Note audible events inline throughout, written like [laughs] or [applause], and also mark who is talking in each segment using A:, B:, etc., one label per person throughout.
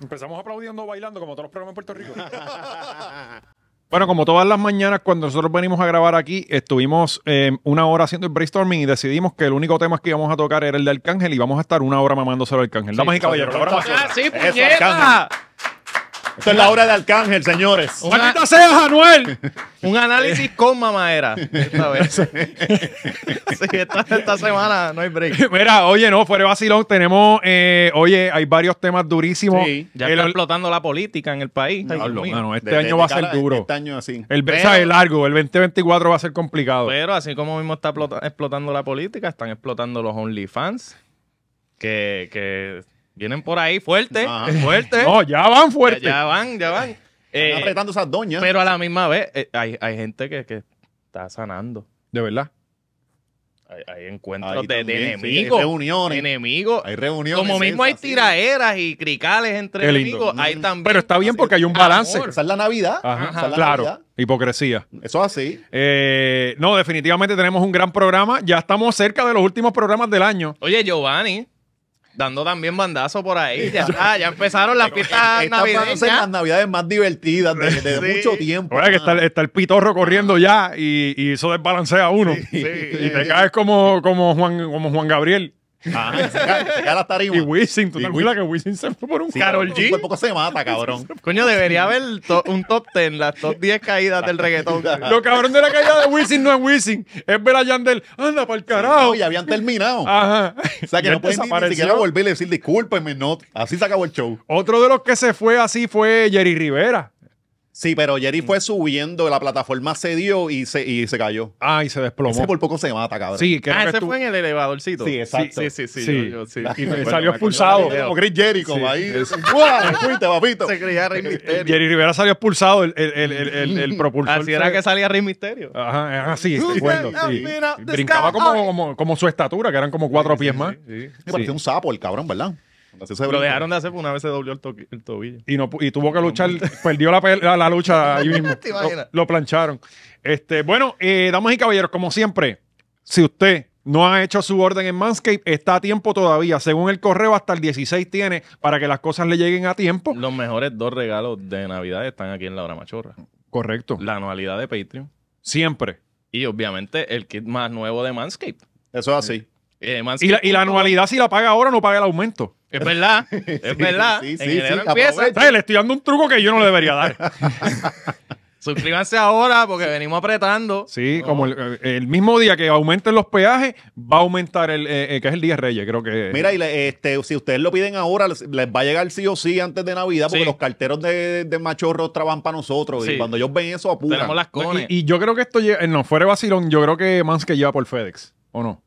A: Empezamos aplaudiendo, bailando, como todos los programas en Puerto Rico. [laughs] Bueno, como todas las mañanas cuando nosotros venimos a grabar aquí, estuvimos eh, una hora haciendo el brainstorming y decidimos que el único tema que íbamos a tocar era el de Arcángel y vamos a estar una hora mamándoselo al Arcángel. Damas y caballeros, [laughs] ahora más.
B: ¡Ah, sí,
C: Eso, Arcángel.
B: puñeta!
C: Esta es la hora de Arcángel, señores.
B: Una-
A: seas, Anuel!
B: un análisis con mamadera. Esta
C: [laughs]
B: vez. sí, esta, esta semana no hay break.
A: [laughs] Mira, oye, no, fuera de vacilón, tenemos, eh, oye, hay varios temas durísimos.
C: Sí.
B: Ya
A: el,
B: está explotando la política en el país. Ay, Dios
A: Diablo,
B: mío.
A: mano, este
C: De- de-
A: año
C: de
A: va a
C: cara-
A: ser duro.
C: Este año así.
A: El,
B: Pero- Pues,
A: sabe, largo, el 2024 va a ser complicado.
B: Pero así como mismo está explota- explotando la política, están explotando los OnlyFans. Que, que vienen por ahí fuerte,
C: Ajá. [laughs] Oh,
B: fuerte.
A: no, ya van
B: ya,
A: fuerte.
B: ya van, ya van. Eh,
C: Están apretando esas doñas.
B: pero a la misma vez, eh, hay, hay gente que, que está sanando.
A: De verdad.
B: Hay, hay
C: Ahí
B: encuentros de, de
C: también, sí,
B: enemigos.
C: hay reuniones.
B: enemigos.
C: Hay reuniones.
B: Como mismo hay
C: esas, sí.
A: e-
B: tiraeras y cricales entre
A: Qué lindo.
B: enemigos, hay también.
A: Pero está bien porque hay un
B: Amor.
A: balance.
C: Esa es la Navidad.
A: Ajá,
C: Esa es la
A: claro.
C: Navidad.
A: Hipocresía.
C: Eso es así.
A: Eh, no, definitivamente tenemos un gran programa. Ya estamos cerca de los últimos programas del año.
B: Oye, Giovanni, dando también bandazo por ahí. Ya, está, ya empezaron las fiestas
C: Estas van a ser las
B: navideñas.
C: Navidades más divertidas de, de
B: Sí.
C: mucho tiempo.
A: Ahora que está, el- está el pitorro corriendo ya y, y eso desbalancea a uno. y te caes como, como, Juan, como Juan Gabriel
C: Ajá, se cae- se cae las tarimas.
A: [laughs] y Wisin. ¿Tú
C: Y
A: te
C: Wisin.
A: acuerdas que Wisin se fue por un
C: Sí,
A: carol
C: cabrón, Por poco
A: [laughs]
C: se mata, cabrón.
B: Coño, debería haber to- un top 10, las top 10 caídas
A: [laughs]
B: del reggaetón.
A: Lo cabrón de la caída de Wisin no es Wisin, es ver a Yandel. Anda para el carajo.
C: No, ya habían terminado.
A: Ajá.
C: O sea que
A: Ah, Ya
C: no pueden ni- ni,
A: desapareció.
C: siquiera volver y decir discúlpenme, no. Así se acabó el show.
A: Otro de los que se fue así fue Jerry Rivera.
C: Sí, pero Jerry fue subiendo, la plataforma se dio y se, y se cayó.
A: Ay, se desplomó.
C: Ese por poco se mata, cabrón.
A: Sí, creo
B: Ah,
A: que
B: ese
A: estuvo-
B: fue en el elevadorcito.
C: Sí, exacto.
B: Sí, sí, sí.
A: Sí.
B: yo- yo- sí.
A: Y
B: Bueno,
A: salió
B: me acuerdo
A: expulsado.
B: del video.
C: Como Chris Jericho,
A: Sí.
C: ahí. [laughs] ¡Guau! Fuiste, papito.
B: Se creía Rey Misterio.
A: Eh, Jerry Rivera salió expulsado el, el, el, el, el- el propulsor.
B: Así era
A: se-
B: que salía Rey Misterio.
A: Ajá, era así,
B: Who
A: de acuerdo,
B: can
A: sí.
B: help me out the
A: Brincaba
B: sky?
A: como, como, como su estatura, que eran como cuatro pies más.
C: Sí, parecía un sapo el cabrón, ¿verdad? Cuando hacía ese
B: Lo
C: brinco.
B: dejaron de hacer porque una vez se dobló el, to- el tobillo.
A: Y, no, pu- y tuvo que luchar, perdió la, pe- la, la lucha ahí mismo.
B: [laughs] ¿Te imaginas?
A: Lo, lo plancharon. Este, bueno, eh, damas y caballeros, como siempre, si usted no ha hecho su orden en Manscape, está a tiempo todavía. Según el correo, hasta el 16 tiene para que las cosas le lleguen a tiempo.
B: Los mejores dos regalos de Navidad están aquí en La Hora Machorra.
A: Correcto.
B: La anualidad de Patreon
A: Siempre.
B: y obviamente el kit más nuevo de Manscaped.
C: Eso es así.
B: Eh,
A: Y
B: Manscaped
A: la, y la anualidad, si la paga ahora, no paga el aumento.
B: Es
A: [laughs]
B: verdad, es verdad.
C: sí, sí,
B: en enero
C: sí,
B: empieza.
C: aprovecha.
A: ¿Sabes? Le estoy dando un truco que yo no le debería dar.
B: Suscríbanse ahora porque venimos apretando.
A: Sí,
B: No.
A: como el, el mismo día que aumenten los peajes, va a aumentar el eh, eh, que es el día de Reyes, creo que.
C: Mira, y le- este, si ustedes lo piden ahora, les, les va a llegar sí o sí antes de Navidad, porque
B: Sí.
C: los carteros de, de machorros trabajan para nosotros.
B: Sí.
C: Y cuando ellos ven eso, apuran.
B: Tenemos las cones.
A: y, y yo creo que esto llega, no, fuera de vacilón, yo creo que más que lleva por FedEx, ¿o no?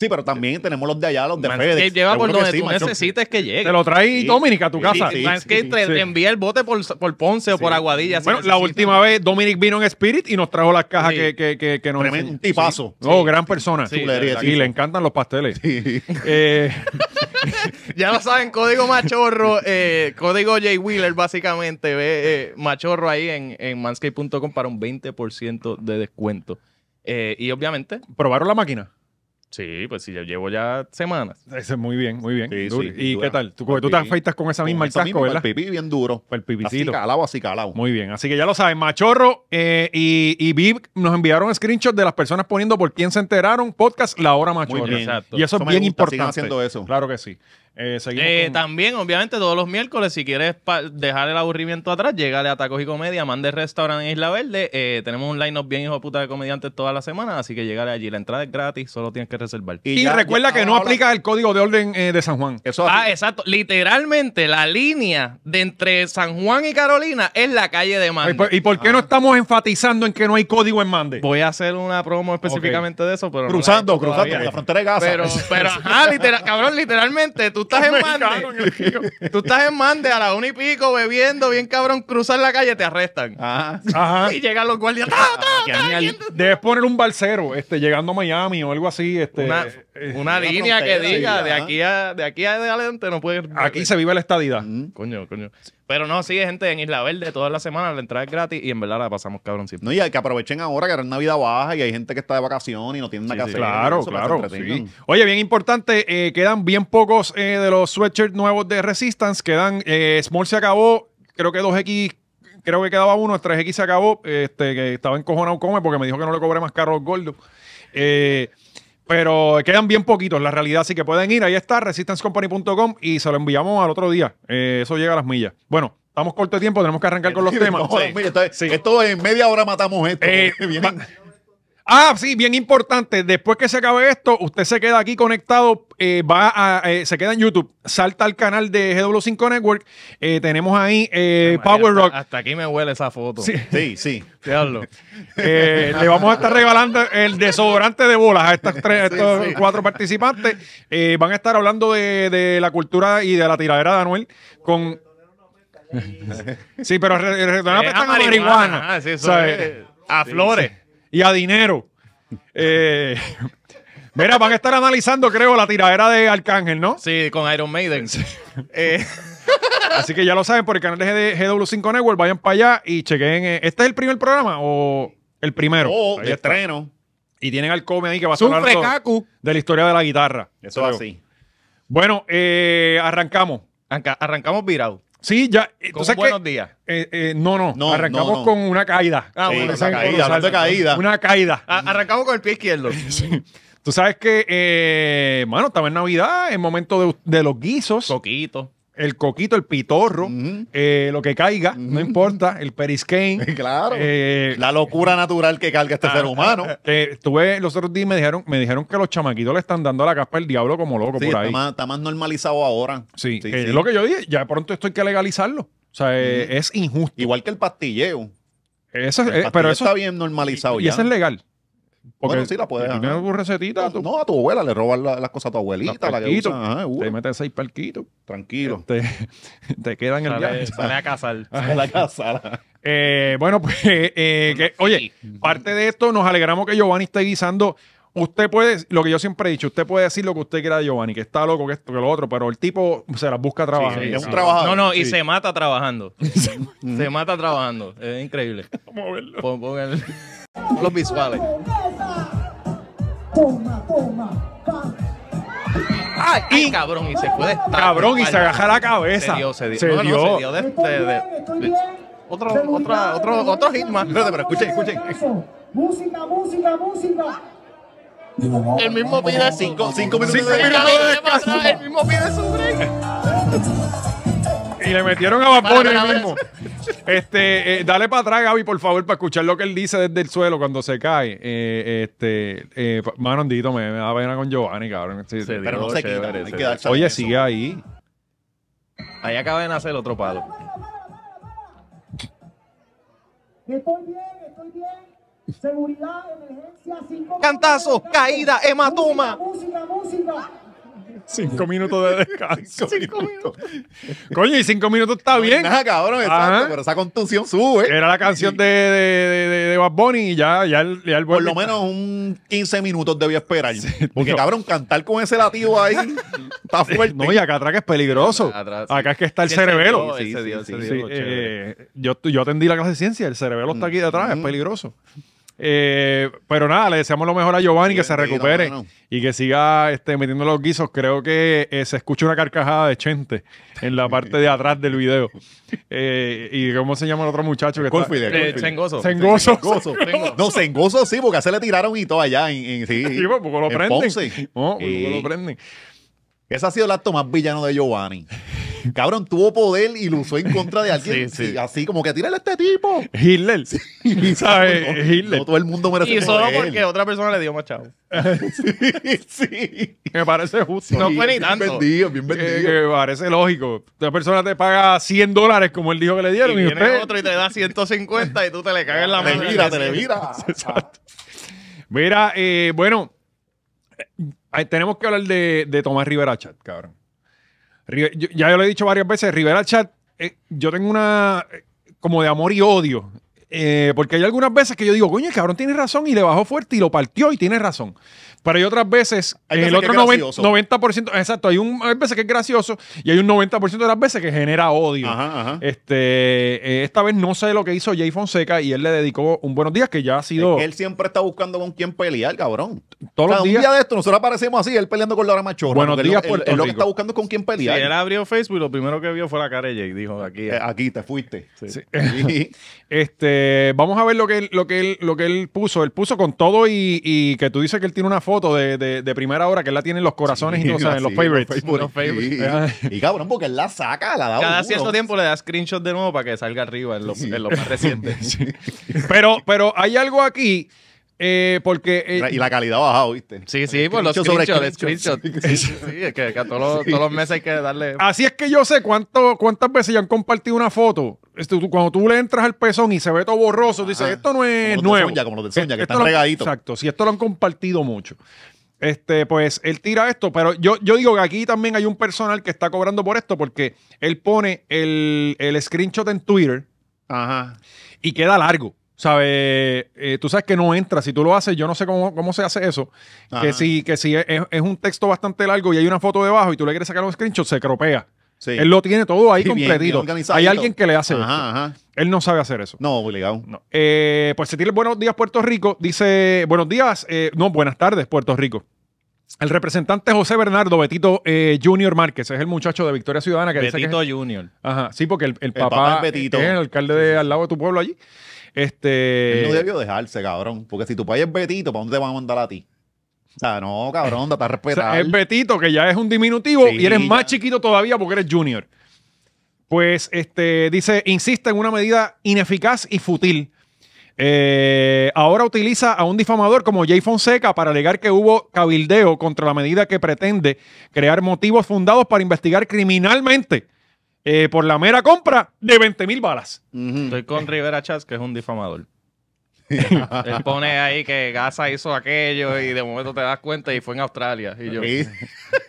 C: Sí, pero también tenemos los de allá, los de
B: Manscaped
C: FedEx.
B: lleva por
C: Seguro
B: donde
C: que sí,
B: tú
C: macho.
B: necesites que llegue.
A: Te lo trae
C: Sí.
A: Dominic a tu casa.
C: sí,
B: Manscaped
C: sí,
B: te,
A: sí.
B: te envía el bote por, por Ponce o por Aguadilla. si
A: Bueno, la
B: necesitas.
A: última vez Dominic vino en Spirit y nos trajo las cajas
B: Sí.
A: que, que, que, que nos
C: Tremendo, un
A: enseñó.
C: tipazo.
A: Oh, gran persona.
B: Sí,
C: Chulería,
B: de verdad.
A: Y le encantan los pasteles.
C: [laughs] Sí.
A: Eh,
B: Ya lo saben, código machorro, eh, código J. Wheeler, básicamente. Ve eh, machorro ahí en, en manscaped.com para un 20% de descuento. Eh, y obviamente,
A: ¿Probaron la
C: [laughs]
A: máquina?
B: sí, pues si yo llevo ya semanas.
A: Ese, muy bien, muy bien.
C: Sí,
A: Duro.
C: sí,
A: ¿Y
C: dura.
A: qué tal? Tú, tú te
C: Sí.
A: afeitas con esa misma
C: Con
A: el
C: eso
A: casco,
C: mismo,
A: ¿verdad?
C: El pipí bien duro.
A: Para el
C: Así
A: pipicito.
C: calado, así calado.
A: Muy bien, así que ya lo saben, Machorro eh, y, y Viv nos enviaron screenshots de las personas poniendo por quién se enteraron, podcast La Hora Machorro.
C: bien.
B: Exacto.
A: Y eso,
C: Eso
A: es
C: me
A: bien
C: gusta, sigan
A: importante.
C: haciendo eso.
A: Claro que sí. Eh, seguimos
B: Eh,
A: con-
B: También, obviamente, todos los miércoles, si quieres pa- dejar el aburrimiento atrás, llegale a Tacos y Comedia, mande restaurant en Isla Verde. Eh, tenemos un line-up bien hijo de puta de comediantes toda la semana, así que llegale allí. La entrada es gratis, solo tienes que reservar.
A: Y,
C: ya-
A: recuerda
C: ya-
A: que no
C: ahora-
A: aplica el código de orden eh, de San Juan.
C: Eso
B: Ah,
C: así.
B: exacto. Literalmente, la línea de entre San Juan y Carolina es la calle de
A: Ay,
C: Ah,
B: Mande.
A: pues, ¿Y por qué no estamos enfatizando en que no hay código en Mande?
B: Voy a hacer una promo específicamente de eso, pero. no la he
C: cruzando,
B: hecho
C: cruzando,
B: todavía.
C: la frontera de Gaza.
B: [laughs] Pero, pero, ajá, literal- cabrón, literalmente, tú estás en Mande. Tú estás en Mande a la una y pico bebiendo, bien cabrón, cruzar la calle, te arrestan.
A: [laughs]
C: [laughs] Ajá. Ah,
A: Ajá.
C: [laughs]
B: Y llegan los guardias. ¡tá, tá,
C: Que
B: tá!
C: genial.
A: Debes poner un balcero este, llegando a Miami o algo así. Este,
B: Una,
A: eh,
B: una línea que
C: frontera,
B: diga
C: sí,
B: de
C: ajá.
B: aquí a de aquí a adelante no puedes.
A: aquí se vive la estadidad.
B: Coño, coño. Pero no, sigue gente en Isla Verde todas las semanas, la entrada es gratis y en verdad la pasamos cabrón siempre.
C: No, y que aprovechen ahora que ahora es Navidad baja y hay gente que está de vacaciones y no tiene nada
B: Sí,
C: que
B: sí.
C: hacer.
A: Claro,
C: Eso para
A: claro.
C: que se entretengan.
A: sí. Oye, bien importante, eh, quedan bien pocos eh, de los sweatshirts nuevos de Resistance. Quedan, eh, Small se acabó, creo que 2X, creo que quedaba uno, 3X se acabó. Este, que estaba encojonado con él porque me dijo que no le cobré más caro a los gordos. Eh, pero quedan bien poquitos, la realidad. Así que pueden ir, ahí está, resistancecompany.com y se lo enviamos al otro día. Eh, eso llega a las millas. Bueno, estamos corto de tiempo, tenemos que arrancar
C: [laughs]
A: con los
C: Sí,
A: temas.
C: no, mira, esto, es- esto en media hora matamos esto.
A: Eh,
C: [laughs] Vienen-
A: va- Ah, sí, bien importante. Después que se acabe esto, usted se queda aquí conectado, eh, va a, eh, se queda en YouTube, salta al canal de GW5 Network. eh, tenemos ahí eh,
B: María,
A: Power
B: hasta-
A: Rock.
B: Hasta, aquí me huele esa foto.
A: Sí.
C: Sí, sí.
B: Diablo.
A: [laughs] Eh, le vamos a estar regalando el desodorante de bolas a estas tres, a estos cuatro participantes. Eh, van a estar hablando de, de la cultura y de la tiradera de Anuel
B: [laughs]
A: con. Sí, pero re- re- no apestan a
B: Es
A: marihuana.
B: Ah, sí, eso
A: ¿sabes?
B: es- a flores.
A: y a dinero. Eh, [laughs] mira, van a estar analizando, creo, la tiradera de Arcángel, ¿no?
B: Sí, con Iron Maiden. Eh,
A: Así que ya lo saben, por el canal de GD GW5 Network, vayan para allá y chequen. eh, ¿Este es el primer programa o el primero?
C: Oh,
A: Ahí
C: de
A: está.
C: estreno.
A: Y tienen al come ahí que va a sonar
B: Sufre,
A: todo
B: Kaku.
A: de la historia de la guitarra.
C: Eso
A: Creo.
C: es así.
A: Bueno, eh, arrancamos.
B: arranca- arrancamos virado.
A: Sí, ya. eh, ¿tú
B: Con
A: sabes
B: buenos
A: qué?
B: días.
A: Eh, eh, no, no,
C: No,
A: Arrancamos
C: no, no.
A: con una caída.
B: Ah,
C: Sí,
B: bueno,
C: una
B: saben
C: caída,
B: cómo
C: hablando de
B: usarlo.
C: caída.
A: Una caída.
B: A- arrancamos con el pie izquierdo. [laughs]
A: Tú sabes que, eh, bueno, estaba en Navidad, es momento de, de los guisos.
B: Coquito.
A: el coquito, el pitorro,
C: Ujú.
A: eh, lo que caiga, no importa, el periscane.
C: [laughs] Claro.
A: eh, ah,
C: La locura natural que carga este ser humano.
A: eh, tuve los otros días y me dijeron, me dijeron que los chamaquitos le están dando la capa al diablo como loco por
C: Sí, está
A: ahí.
C: más, está más normalizado ahora.
A: Sí,
C: Sí,
A: que
C: sí.
A: es lo que yo dije, ya pronto esto hay que legalizarlo. O sea, eh, es injusto.
C: Igual que el pastilleo.
A: Eso es- eh,
C: El
A: pero
C: pastilleo
A: eso
C: está bien normalizado
A: y
C: ya.
A: eso es legal.
C: Bueno, sí, la puedes
A: si
C: dejar.
A: tienes tu recetita, tú
C: No, a tu abuela le roban la- las cosas a tu
A: los
C: abuelita, la que
A: palquitos,
C: usa. Ajá, uh,
A: te metes seis palquitos, [laughs]
C: tranquilo.
A: te, te quedan el
B: Sale,
A: viaje.
B: sale a cazar.
C: A la casa.
A: Eh, bueno, pues, [laughs] eh, que- oye, parte de esto nos alegramos que Giovanni esté guisando. Usted puede, lo que yo siempre he dicho, usted puede decir lo que usted quiera de Giovanni, que está loco, que esto, que lo otro, pero el tipo se las busca trabajar.
C: sí, es un
A: Sí.
C: trabajador.
B: No, no, y
A: Ah, Sí.
B: se mata trabajando. Mm. se mata trabajando.
A: [laughs]
B: Es increíble. Pon- pongan [laughs] los visuales.
D: Toma, toma, ca-
B: ¡Ay, cabrón! Y se fue de
A: [laughs]
B: estaca.
A: Cabrón, y se agaja la cabeza.
B: Se dio, se dio.
A: Se
B: No, no,
A: dio.
B: se dio de-
D: Estoy
B: Este, de- de-
D: bien, estoy bien.
B: Otro, otra,
D: Seguridad,
B: otro, otro
D: vigilancia,
B: hitman.
C: Espérate, pero escuchen,
D: no
C: escuchen.
D: retraso. Música, música, música.
E: El mismo pide cinco.
C: Cinco minutos.
A: Cinco
C: de-
A: minutos.
E: El mismo pide su break.
A: Y le metieron a vapor
E: Para, para,
A: ahí
E: para.
A: mismo. Este, eh, dale para atrás, Gaby, por favor, para escuchar lo que él dice desde el suelo cuando se cae. Eh, este, eh, mano, Andito, me, me da pena con Giovanni, cabrón. Sí,
B: Se
C: Pero no se quita.
B: Chévere,
C: hay que
B: chévere.
C: darse
A: oye,
C: eso.
A: sigue ahí.
B: Ahí acaba de nacer otro palo.
D: Estoy bien, estoy bien. Seguridad, emergencia, cinco.
B: Cantazo,
D: minutos de retraso.
B: caída, hematoma.
D: Música, música. música.
A: Cinco minutos de [laughs] descanso. Coño, y cinco minutos está bien.
C: Nada, cabrón, exacto.
A: Ajá. Eh,
C: Pero esa contusión sube.
A: Era la canción de, de, de, de- de Bad Bunny y ya, ya, el- ya el
C: Por
A: vuelve-
C: lo menos un 15 minutos debió esperar. Porque, cabrón, cantar con ese latido ahí está fuerte.
A: No, y acá atrás que es peligroso.
B: Atrás, sí.
A: Acá es que está el
B: Sí,
A: cerebelo.
B: se dio, se dio,
A: Sí,
B: se dio,
A: sí,
B: chévere.
A: eh, yo, yo atendí la clase de ciencia, el cerebelo está aquí detrás, es
C: Mm.
A: peligroso. Eh, pero nada, le deseamos lo mejor a Giovanni,
C: Sí,
A: que se
C: bendito,
A: recupere
C: mano.
A: y que siga este, metiendo los guisos. Creo que eh, se escucha una carcajada de Chente en la parte de atrás del video. Eh, ¿Y cómo se llama el otro muchacho? que está-
C: Corfield,
B: Eh,
C: Corfield.
B: Chengoso.
A: Sengoso.
C: Gozo. No, se engozo sí, porque a ese le tiraron y todo allá en, en- sí,
A: Sí, pues, porque lo
C: en
A: prenden.
C: Ponce.
A: No, pues, porque
C: Sí.
A: lo prenden.
C: Ese ha sido el acto más villano de Giovanni. Cabrón, tuvo poder y lo usó en contra de alguien.
B: Sí, sí.
C: Sí, Así como que tírale a este tipo.
A: Hitler. [laughs] ¿Sabes?
C: No,
A: Hitler.
C: no todo el mundo merece
B: Y solo
C: poder.
B: porque otra persona le dio machado.
C: [laughs] sí.
A: Me parece justo.
B: No
A: Que-
B: fue ni
C: bien
B: tanto.
C: Vendido, bien
A: que,
C: vendido.
A: parece lógico. Una persona te paga 100 dólares, como él dijo que le
B: Y
A: dieron. Y,
B: viene
A: usted-
B: otro y te da 150 y tú te le cagas en la
C: Te
B: mano.
C: vira, te le vira.
A: Mira, eh, bueno, eh, tenemos que hablar de, de Tomás Rivera Chat, cabrón. Ri- yo- ya yo lo he dicho varias veces, Rivera Chat, eh, yo tengo una eh, como de amor y odio. eh, porque hay algunas veces que yo digo, coño, el cabrón tiene razón y le bajó fuerte y lo partió y tiene razón. Pero hay otras veces,
C: Hay
A: en el
C: veces que
A: otro
C: es
A: 90%,
C: gracioso.
A: 90% exacto, hay, un, hay veces que es gracioso y hay un 90% de las veces que genera odio.
C: Ajá, ajá.
A: Este, eh, esta vez no sé lo que hizo Jay Fonseca y él le dedicó un buenos días que ya ha sido
C: Es que él siempre está buscando con quién pelear, cabrón.
A: todos
C: O sea,
A: los
C: un
A: días.
C: día de esto, nosotros aparecemos así, él peleando con Laura Machorro.
A: Buenos
C: porque él-
A: días,
C: él-
A: Puerto
C: él lo que
A: Rico.
C: está buscando es con quién
B: Sí,
C: pelear.
B: él abrió Facebook y lo primero que vio fue la cara de Jay. Dijo, aquí.
C: Eh, Aquí te fuiste.
A: Sí. [laughs]
C: Sí.
A: Este, vamos a ver lo que él, lo que él, lo que él puso. Él puso con todo y, y que tú dices que él tiene una foto de, de- de primera hora que él la tiene en los corazones y todo, o sea, en los
C: Sí,
A: favorites.
B: Los favorites.
C: Sí. Y cabrón, porque él la saca, la da
B: Cada
C: ah, duro.
B: cierto tiempo le da screenshot de nuevo para que salga arriba en lo, en lo más reciente.
A: Pero, pero hay algo aquí, eh, porque eh,
C: Y la calidad ha bajado, ¿viste?
B: Sí, sí, por los
C: Screenshot sobre
B: screenshots.
C: screenshot.
B: screenshots. Sí, sí, sí, es que, que a todos, los, todos los meses hay que darle.
A: así es que yo sé cuánto, cuántas veces ya han compartido una foto. Este, tú- cuando tú le entras al pezón y se ve todo borroso, tú dices,
C: Ajá.
A: esto no es
C: Como los de
A: nuevo.
C: Sonja, como los de Sonja,
A: Esto
C: que están
A: lo-
C: regaditos.
A: Exacto, si esto lo han compartido mucho. Este, pues él tira esto, pero yo, yo digo que aquí también hay un personal que está cobrando por esto porque él pone el, el screenshot en Twitter
C: Ajá.
A: y queda largo. ¿Sabes? Eh, tú sabes que no entra. Si tú lo haces, yo no sé cómo, cómo se hace eso.
C: Ajá.
A: Que si, que si es, es un texto bastante largo y hay una foto debajo y tú le quieres sacar un screenshot, se cropea.
C: Sí.
A: Él lo tiene todo ahí
C: Sí, bien, bien
A: completito.
C: organizadito.
A: hay alguien que le hace esto.
C: Ajá, ajá.
A: Él no sabe hacer eso.
C: No, obligado.
A: No. Eh, pues se tiene el buenos días Puerto Rico. Dice, buenos días, eh, no, buenas tardes Puerto Rico. El representante José Bernardo Betito eh, Junior Márquez es el muchacho de Victoria Ciudadana que dice que
B: Betito Junior.
A: es- Ajá, sí, porque el, el papá,
C: papá es Betito.
A: es el alcalde de al lado de tu pueblo allí. Este,
C: Él no debió dejarse, cabrón. Porque si tu país es Betito, ¿para dónde te van a mandar a ti? O sea, no, cabrón, date
A: [laughs]
C: a
A: o sea,
C: respetar.
A: es Betito que ya es un diminutivo
C: Sí,
A: y eres más
C: ya.
A: chiquito todavía porque eres Junior. Pues este dice insiste en una medida ineficaz y fútil Eh, ahora utiliza a un difamador como Jay Fonseca para alegar que hubo cabildeo contra la medida que pretende crear motivos fundados para investigar criminalmente eh, por la mera compra de 20 mil balas.
C: Ujú.
B: Estoy con Rivera Chas, que es un difamador. Él pone ahí que Gaza hizo aquello y de momento te das cuenta y fue en Australia. Y yo.
C: Sí.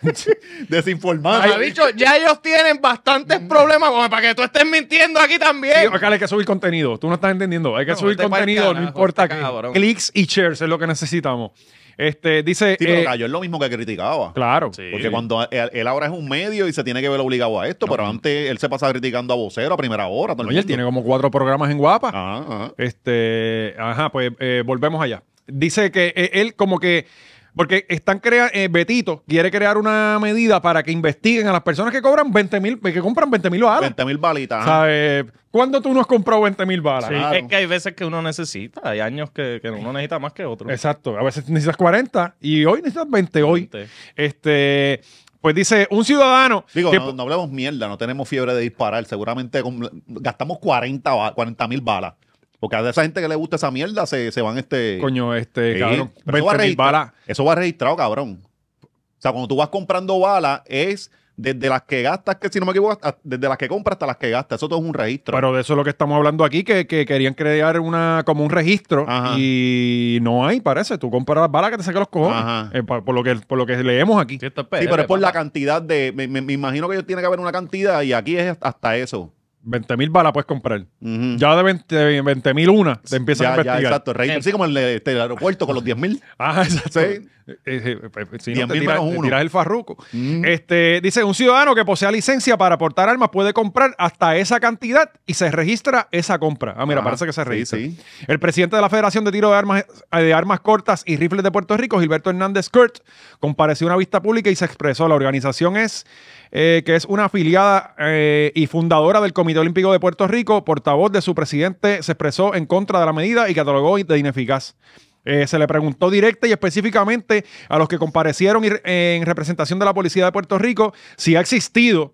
C: [laughs] Desinformado.
B: "Mamá, bicho, ya ellos tienen bastantes problemas como para que tú estés mintiendo aquí también.
A: Tío, acá hay que subir contenido. Tú no estás entendiendo. Hay que
B: No,
A: subir
B: vete pa'l
A: contenido, no
B: carajo,
A: importa
B: este
A: qué.
B: cabrón.
A: Clics y shares es lo que necesitamos. Este dice.
C: Sí, pero
A: eh,
C: cayó es lo mismo que criticaba.
A: claro.
B: Sí.
C: Porque cuando él, él ahora es un medio y se tiene que ver obligado a esto, pero antes él se pasaba criticando a vocero a primera hora. a todo el
A: Oye, él
C: mundo. Ah,
A: tiene como cuatro programas en Guapa.
C: Ajá, ajá.
A: Este, ajá, pues eh, volvemos allá. Dice que eh, él como que, porque están crea eh, Betito quiere crear una medida para que investiguen a las personas que cobran 20 mil, que compran 20 mil balas.
C: 20 mil balitas. ajá.
A: ¿Sabes? ¿Cuándo tú no has comprado 20 mil balas?
B: Sí,
A: Ah,
C: claro.
B: Es que hay veces que uno necesita, hay años que, que uno necesita más que otro.
A: Exacto, a veces necesitas 40 y hoy necesitas 20 hoy. Este, pues dice, un ciudadano
C: Digo,
A: que
C: no, no hablemos mierda, no tenemos fiebre de disparar. Seguramente con- gastamos 40 mil balas. Porque a esa gente que le gusta esa mierda se, se van este.
A: coño, este
C: Sí,
A: cabrón,
C: pero eso
A: 20
C: va
A: mil
C: registrado-
A: balas.
C: Eso va registrado, cabrón. O sea, cuando tú vas comprando balas, es desde las que gastas, que si no me equivoco, hasta- desde las que compras hasta las que gastas. Eso todo es un registro.
A: Pero de eso es lo que estamos hablando aquí, que, que querían crear una como un registro
C: Ajá.
A: y no hay, parece. Tú compras las balas que te sacan los cojones.
C: Ajá.
A: Eh, por, por lo que, por lo que leemos aquí.
B: Sí, esto es
C: sí,
B: PR,
C: pero es por la
B: papá.
C: cantidad de. Me, me- me imagino que tiene que haber una cantidad y aquí es hasta eso.
A: 20 mil balas puedes comprar.
C: Ujú.
A: Ya de 20 mil una te empiezan
C: Ya-
A: a
C: ya,
A: investigar.
C: exacto. el registro.
B: Eh.
C: Sí, como el, este, el aeropuerto con los 10 mil.
A: Ah, exacto.
C: Sí.
A: Eh, eh, eh, si no,
C: 10.000
A: te tiras,
C: menos
A: te
C: uno.
A: tiras el farruco.
C: Mm.
A: Este, dice, un ciudadano que posea licencia para portar armas puede comprar hasta esa cantidad y se registra esa compra. Ah, mira,
C: Ajá,
A: parece que se
C: sí,
A: registra.
C: sí.
A: El presidente de la Federación de Tiro de Armas, de Armas Cortas y Rifles de Puerto Rico, Gilberto Hernández Kurt, compareció a una vista pública y se expresó. La organización es eh, que es una afiliada eh, y fundadora del Comité Olímpico de Puerto Rico, portavoz de su presidente, se expresó en contra de la medida y catalogó de ineficaz. Eh, se le preguntó directa y específicamente a los que comparecieron y re- en representación de la Policía de Puerto Rico si ha existido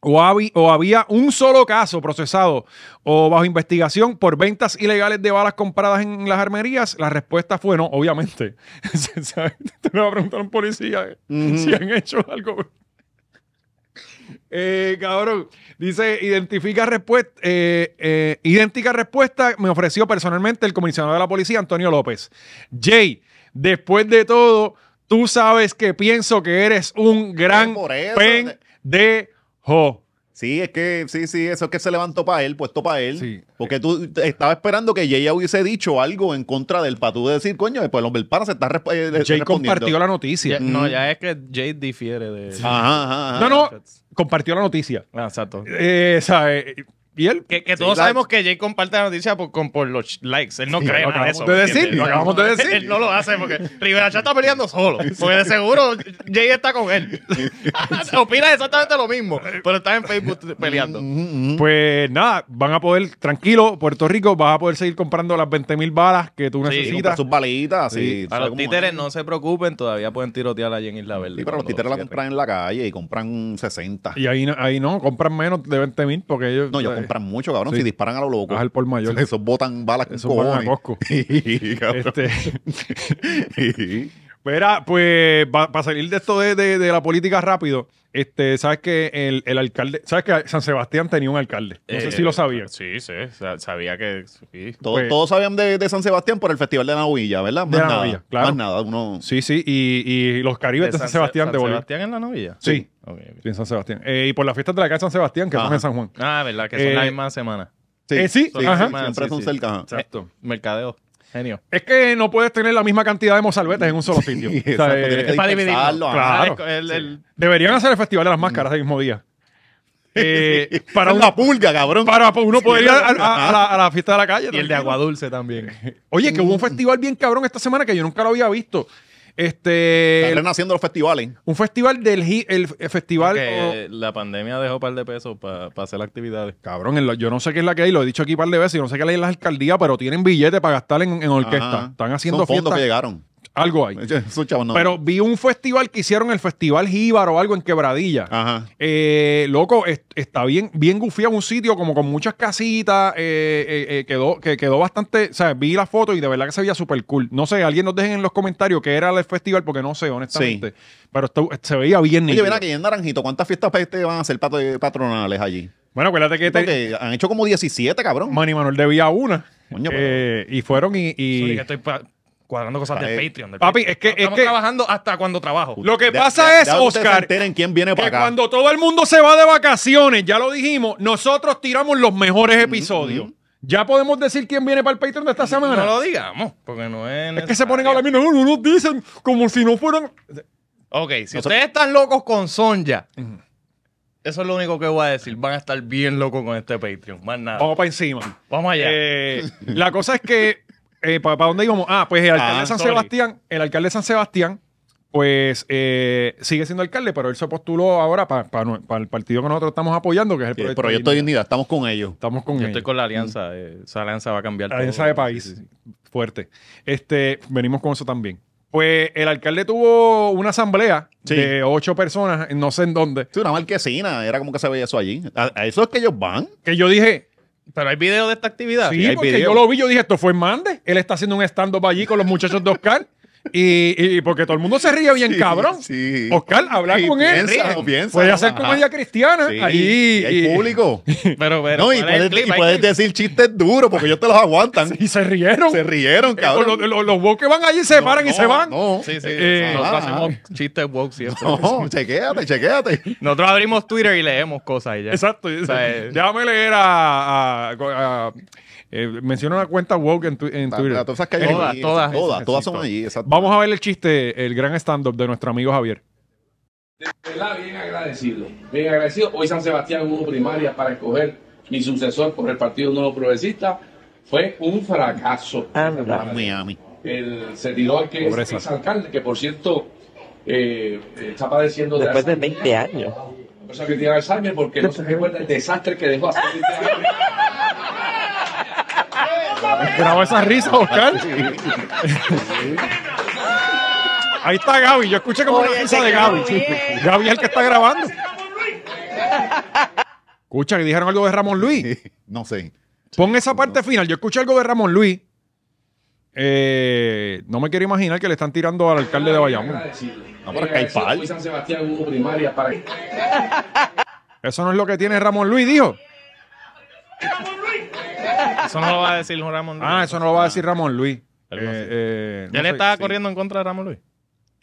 A: o, habi- o había un solo caso procesado o bajo investigación por ventas ilegales de balas compradas en las armerías, la respuesta fue no, obviamente. [laughs] ¿Sabes? Te lo va a preguntar a un policía eh,
C: Ujú.
A: si han hecho algo. Eh, cabrón, dice, identifica respuesta, idéntica respuesta me ofreció personalmente el comisionado de la policía, Antonio López. Jay, después de todo, tú sabes que pienso que eres un [laughs] gran
C: por eso,
A: pendejo.
C: Sí, es que, sí, sí, eso es que se levantó para él, puesto para él.
A: Sí.
C: Porque tú estaba esperando que Jay hubiese dicho algo en contra del para tú decir, coño, después el hombre el pana se está, resp- eh,
A: Jay
C: respondiendo.
A: compartió la noticia.
B: Ya- no, ya es que Jade difiere de.
C: Ajá, ajá, ajá.
A: No, no, compartió la noticia.
B: Ah, exacto.
A: Eh, ¿sabe? Y él.
B: Que, que todos
C: la-
B: sabemos que Jay comparte la noticia por, con, por los likes. Él no
A: Sí,
B: cree
A: lo
B: nada de
A: acabamos de
B: eso. ¿me
A: decir,
B: entiendes?
A: lo
B: No,
A: acabamos de
B: él-
A: decir.
B: Él no lo hace porque Rivera Chat está peleando solo. Porque de seguro Jay está con él. [laughs] Opina exactamente lo mismo, pero está en Facebook peleando.
A: Pues nada, van a poder, tranquilo, Puerto Rico, vas a poder seguir comprando las 20.000 mil balas que tú
B: Sí,
C: Y
A: necesitas.
C: compra sus balitas,
A: Sí.
C: sí.
B: A
C: ¿sabes
B: los
C: cómo
B: títeres
C: es?
B: no se preocupen, todavía pueden tirotear allí en Isla Verde.
C: Sí, pero los
B: cuando
C: títeres la
B: cierren.
C: compran en la calle y compran 60.
A: Y ahí no, ahí no, compran menos de 20.000 mil porque ellos.
C: No, ellos
A: eh,
C: compran mucho, cabrón.
A: Sí.
C: Si disparan a lo loco.
A: Haz el por mayor.
C: [laughs] Esos botan balas con
A: Esos van a
C: cojones.
A: Costco.
C: [laughs] Sí, cabrón.
A: Este, [laughs] mira, pues para salir de esto de, de- de la política rápido, este, sabes que el, el alcalde, sabes que San Sebastián tenía un alcalde. No sé
B: Eh,
A: si lo sabías.
B: Sí, sí, sa- sabía que. sí.
C: Todo-
A: Pues-
C: todos sabían de, de San Sebastián por el Festival de la Novilla, ¿verdad? Más
A: De la
C: nada.
A: Novilla, claro.
C: Más nada. Uno...
A: Sí, sí, y, y los Caribes de, San, este Sebastián
B: San
A: de Bolivia.
B: Sebastián en la novilla?
A: Sí.
B: Ok, ok.
A: Sí, en San Sebastián. Eh, y por las fiestas de la calle San Sebastián, que son
C: Ajá.
A: en San Juan.
B: Ah, verdad, que son la
A: Eh,
B: misma semana.
A: Eh, sí,
C: Sí,
A: ajá.
C: sí, siempre
B: Sí,
C: son
B: sí.
C: cerca. ajá.
A: Exacto.
B: Mercadeo. Genio.
A: Es que no puedes tener la misma cantidad de mozalbetes en un solo sitio.
C: [laughs] Sí,
A: O sea,
C: exacto,
A: eh,
C: tienes que
B: para dividirlo,
C: dispersarlo, ajá.
A: Claro.
B: Ah, el- el-
A: Deberían hacer el Festival de las Máscaras el mismo
C: [laughs]
A: día. Eh, para,
C: Para
A: un-
C: una pulga, cabrón.
A: para uno poder ir a, a- a la, a la fiesta de la calle.
B: y el de
A: tranquilo.
B: Aguadulce
A: [laughs]
B: [laughs] también.
A: Oye, que hubo
C: Mm.
A: un festival bien cabrón esta semana que yo nunca lo había visto. Este,
C: Están renaciendo los festivales.
A: un festival del hi- el festival o-
B: Que la pandemia dejó un par de pesos para hacer actividades.
A: Cabrón, en lo- yo no sé qué es la que hay, lo he dicho aquí un par de veces, yo no sé qué es la de las alcaldías, pero tienen billete para gastar en, en orquesta.
C: Ajá.
A: Están haciendo
C: Son fondos
A: fiestas,
C: que llegaron.
A: algo ahí.
C: [laughs] Esos chavos no.
A: Pero vi un festival que hicieron, el Festival Jíbaro o algo en Quebradilla.
C: Ajá.
A: Eh, loco, es- está bien, bien gufiado un sitio como con muchas casitas. eh, eh, eh, quedó, que quedó bastante. O sea, vi la foto y de verdad que se veía súper cool. No sé, alguien nos dejen en los comentarios qué era el festival, porque no sé, honestamente. Pero esto- se veía bien
C: Oye,
A: nítido.
C: ven aquí en Naranjito, ¿cuántas fiestas este van a hacer pato- patronales allí?
A: Bueno, acuérdate que te-
C: Porque han hecho como 17, cabrón.
A: Manny Manuel debía una.
C: Coño, pero-
A: Eh, y fueron y. y-
B: Sorry, que estoy pa- cuadrando cosas
C: Está
B: del
C: bien.
B: Patreon. del
A: Papi,
B: Patreon.
A: es que- es
B: Estamos
A: que-
B: trabajando hasta cuando trabajo.
A: Lo que
C: De-
A: pasa
C: de-
A: es,
C: deja que ustedes se
A: Oscar,
C: enteren quién viene para
A: que
C: acá.
A: cuando todo el mundo se va de vacaciones, ya lo dijimos, nosotros tiramos los mejores episodios. Ya podemos decir quién viene para el Patreon de esta semana.
B: no lo digamos, porque no es.
A: Es que se ponen a hablar, mira, no, no nos dicen como si no fueran.
B: Ok, si ustedes están locos con Sonja, eso es lo único que voy a decir. Van a estar bien locos con este Patreon. Más nada.
A: Vamos para encima.
B: Vamos allá.
A: Oh. Eh, la cosa es que, ¿para dónde íbamos? Ah, pues el alcalde
C: Ah,
A: de San
B: sorry.
A: Sebastián, el alcalde de San Sebastián, pues eh, sigue siendo alcalde, pero él se postuló ahora para el partido que nosotros estamos apoyando, que es el,
C: El
A: proyecto.
C: proyecto de
A: Dignidad.
C: dignidad, estamos con ellos.
A: Estamos con
B: Yo
A: él.
B: estoy con la alianza. eh, esa alianza va a cambiar
A: La alianza
B: todo.
A: de país.
B: Sí, sí, sí.
A: Fuerte. Este, venimos con eso también. Pues el alcalde tuvo una asamblea
C: Sí.
A: de ocho personas, no sé en dónde,
C: Sí, una marquesina, era como que se veía eso allí. A, a eso es que ellos van.
A: que yo dije,
B: Pero hay video de esta actividad.
A: sí,
C: hay
A: porque
C: video.
A: yo lo vi, yo dije, esto fue Hernández. Él está haciendo un stand-up allí con los muchachos de Oscar. Y, y porque todo el mundo se ríe bien,
C: Sí,
A: cabrón.
C: sí.
A: Oscar, habla
C: Sí,
A: con él.
C: piensa,
A: ríe.
C: piensa.
A: Puede hacer
C: Ajá.
A: comedia cristiana.
C: Sí,
A: allí,
C: y hay
A: [laughs]
C: público.
B: [laughs] Pero, pero
C: no, y
B: ¿cuál es
C: puedes,
B: el clip?
C: y
B: Hay
C: puedes
B: clip.
C: decir chistes duros porque ellos te los aguantan.
A: y se rieron.
C: Se rieron,
A: Los,
C: cabrón.
A: Eh, los, los, woke que van allí se paran y
C: No,
A: se van.
C: No,
B: Sí, sí.
A: Eh,
B: nosotros
C: ah.
B: hacemos chistes woke siempre.
C: no, chequéate, chequéate.
B: Nosotros abrimos Twitter y leemos cosas y ya.
A: Exacto. [laughs]
B: sea, eh,
A: Déjame leer a. a- a- eh, menciona una cuenta woke en, tu- en
C: Todas,
A: Twitter.
C: todas, esas que hay
B: Todas,
C: allí,
B: todas.
C: todas, todas
A: Sí,
C: son
A: todas.
C: allí. exacto.
A: Vamos a ver el chiste, el gran stand-up de nuestro amigo Javier.
F: De verdad, bien agradecido. Bien agradecido. Hoy San Sebastián hubo primaria para escoger mi sucesor por el Partido Nuevo Progresista. Fue un fracaso.
C: Miami.
F: El servidor que es
A: Pobreza.
F: alcalde, que por cierto eh, está padeciendo
G: Después de
F: Alzheimer.
G: 20 años.
F: Una persona que tiene Alzheimer porque no se recuerda el desastre que dejó hace 20 años.
A: Grabó esa risa, Oscar.
B: [laughs]
A: Ahí está Gaby. Yo escuché como una
G: Oye,
A: risa
G: te
A: de
G: quedó
A: Gaby.
G: bien.
A: Gaby es el que está grabando. Escucha, que dijeron algo de Ramón Luis.
C: [laughs] No sé.
A: Pon esa parte final. Yo escuché algo de Ramón Luis. Eh, no me quiero imaginar que le están tirando al alcalde de Bayamón.
C: No, pero es que hay pal.
F: Hoy San Sebastián hubo primaria para...
A: Eso no es lo que tiene Ramón Luis, dijo.
B: Eso no lo va a decir Ramón Luis.
C: Ah,
A: Ah, eso no lo va a decir Ramón Luis.
B: Algo así.
A: Eh, eh, no
B: Él
A: sé,
B: estaba
A: sí.
B: corriendo en contra de Ramón Luis.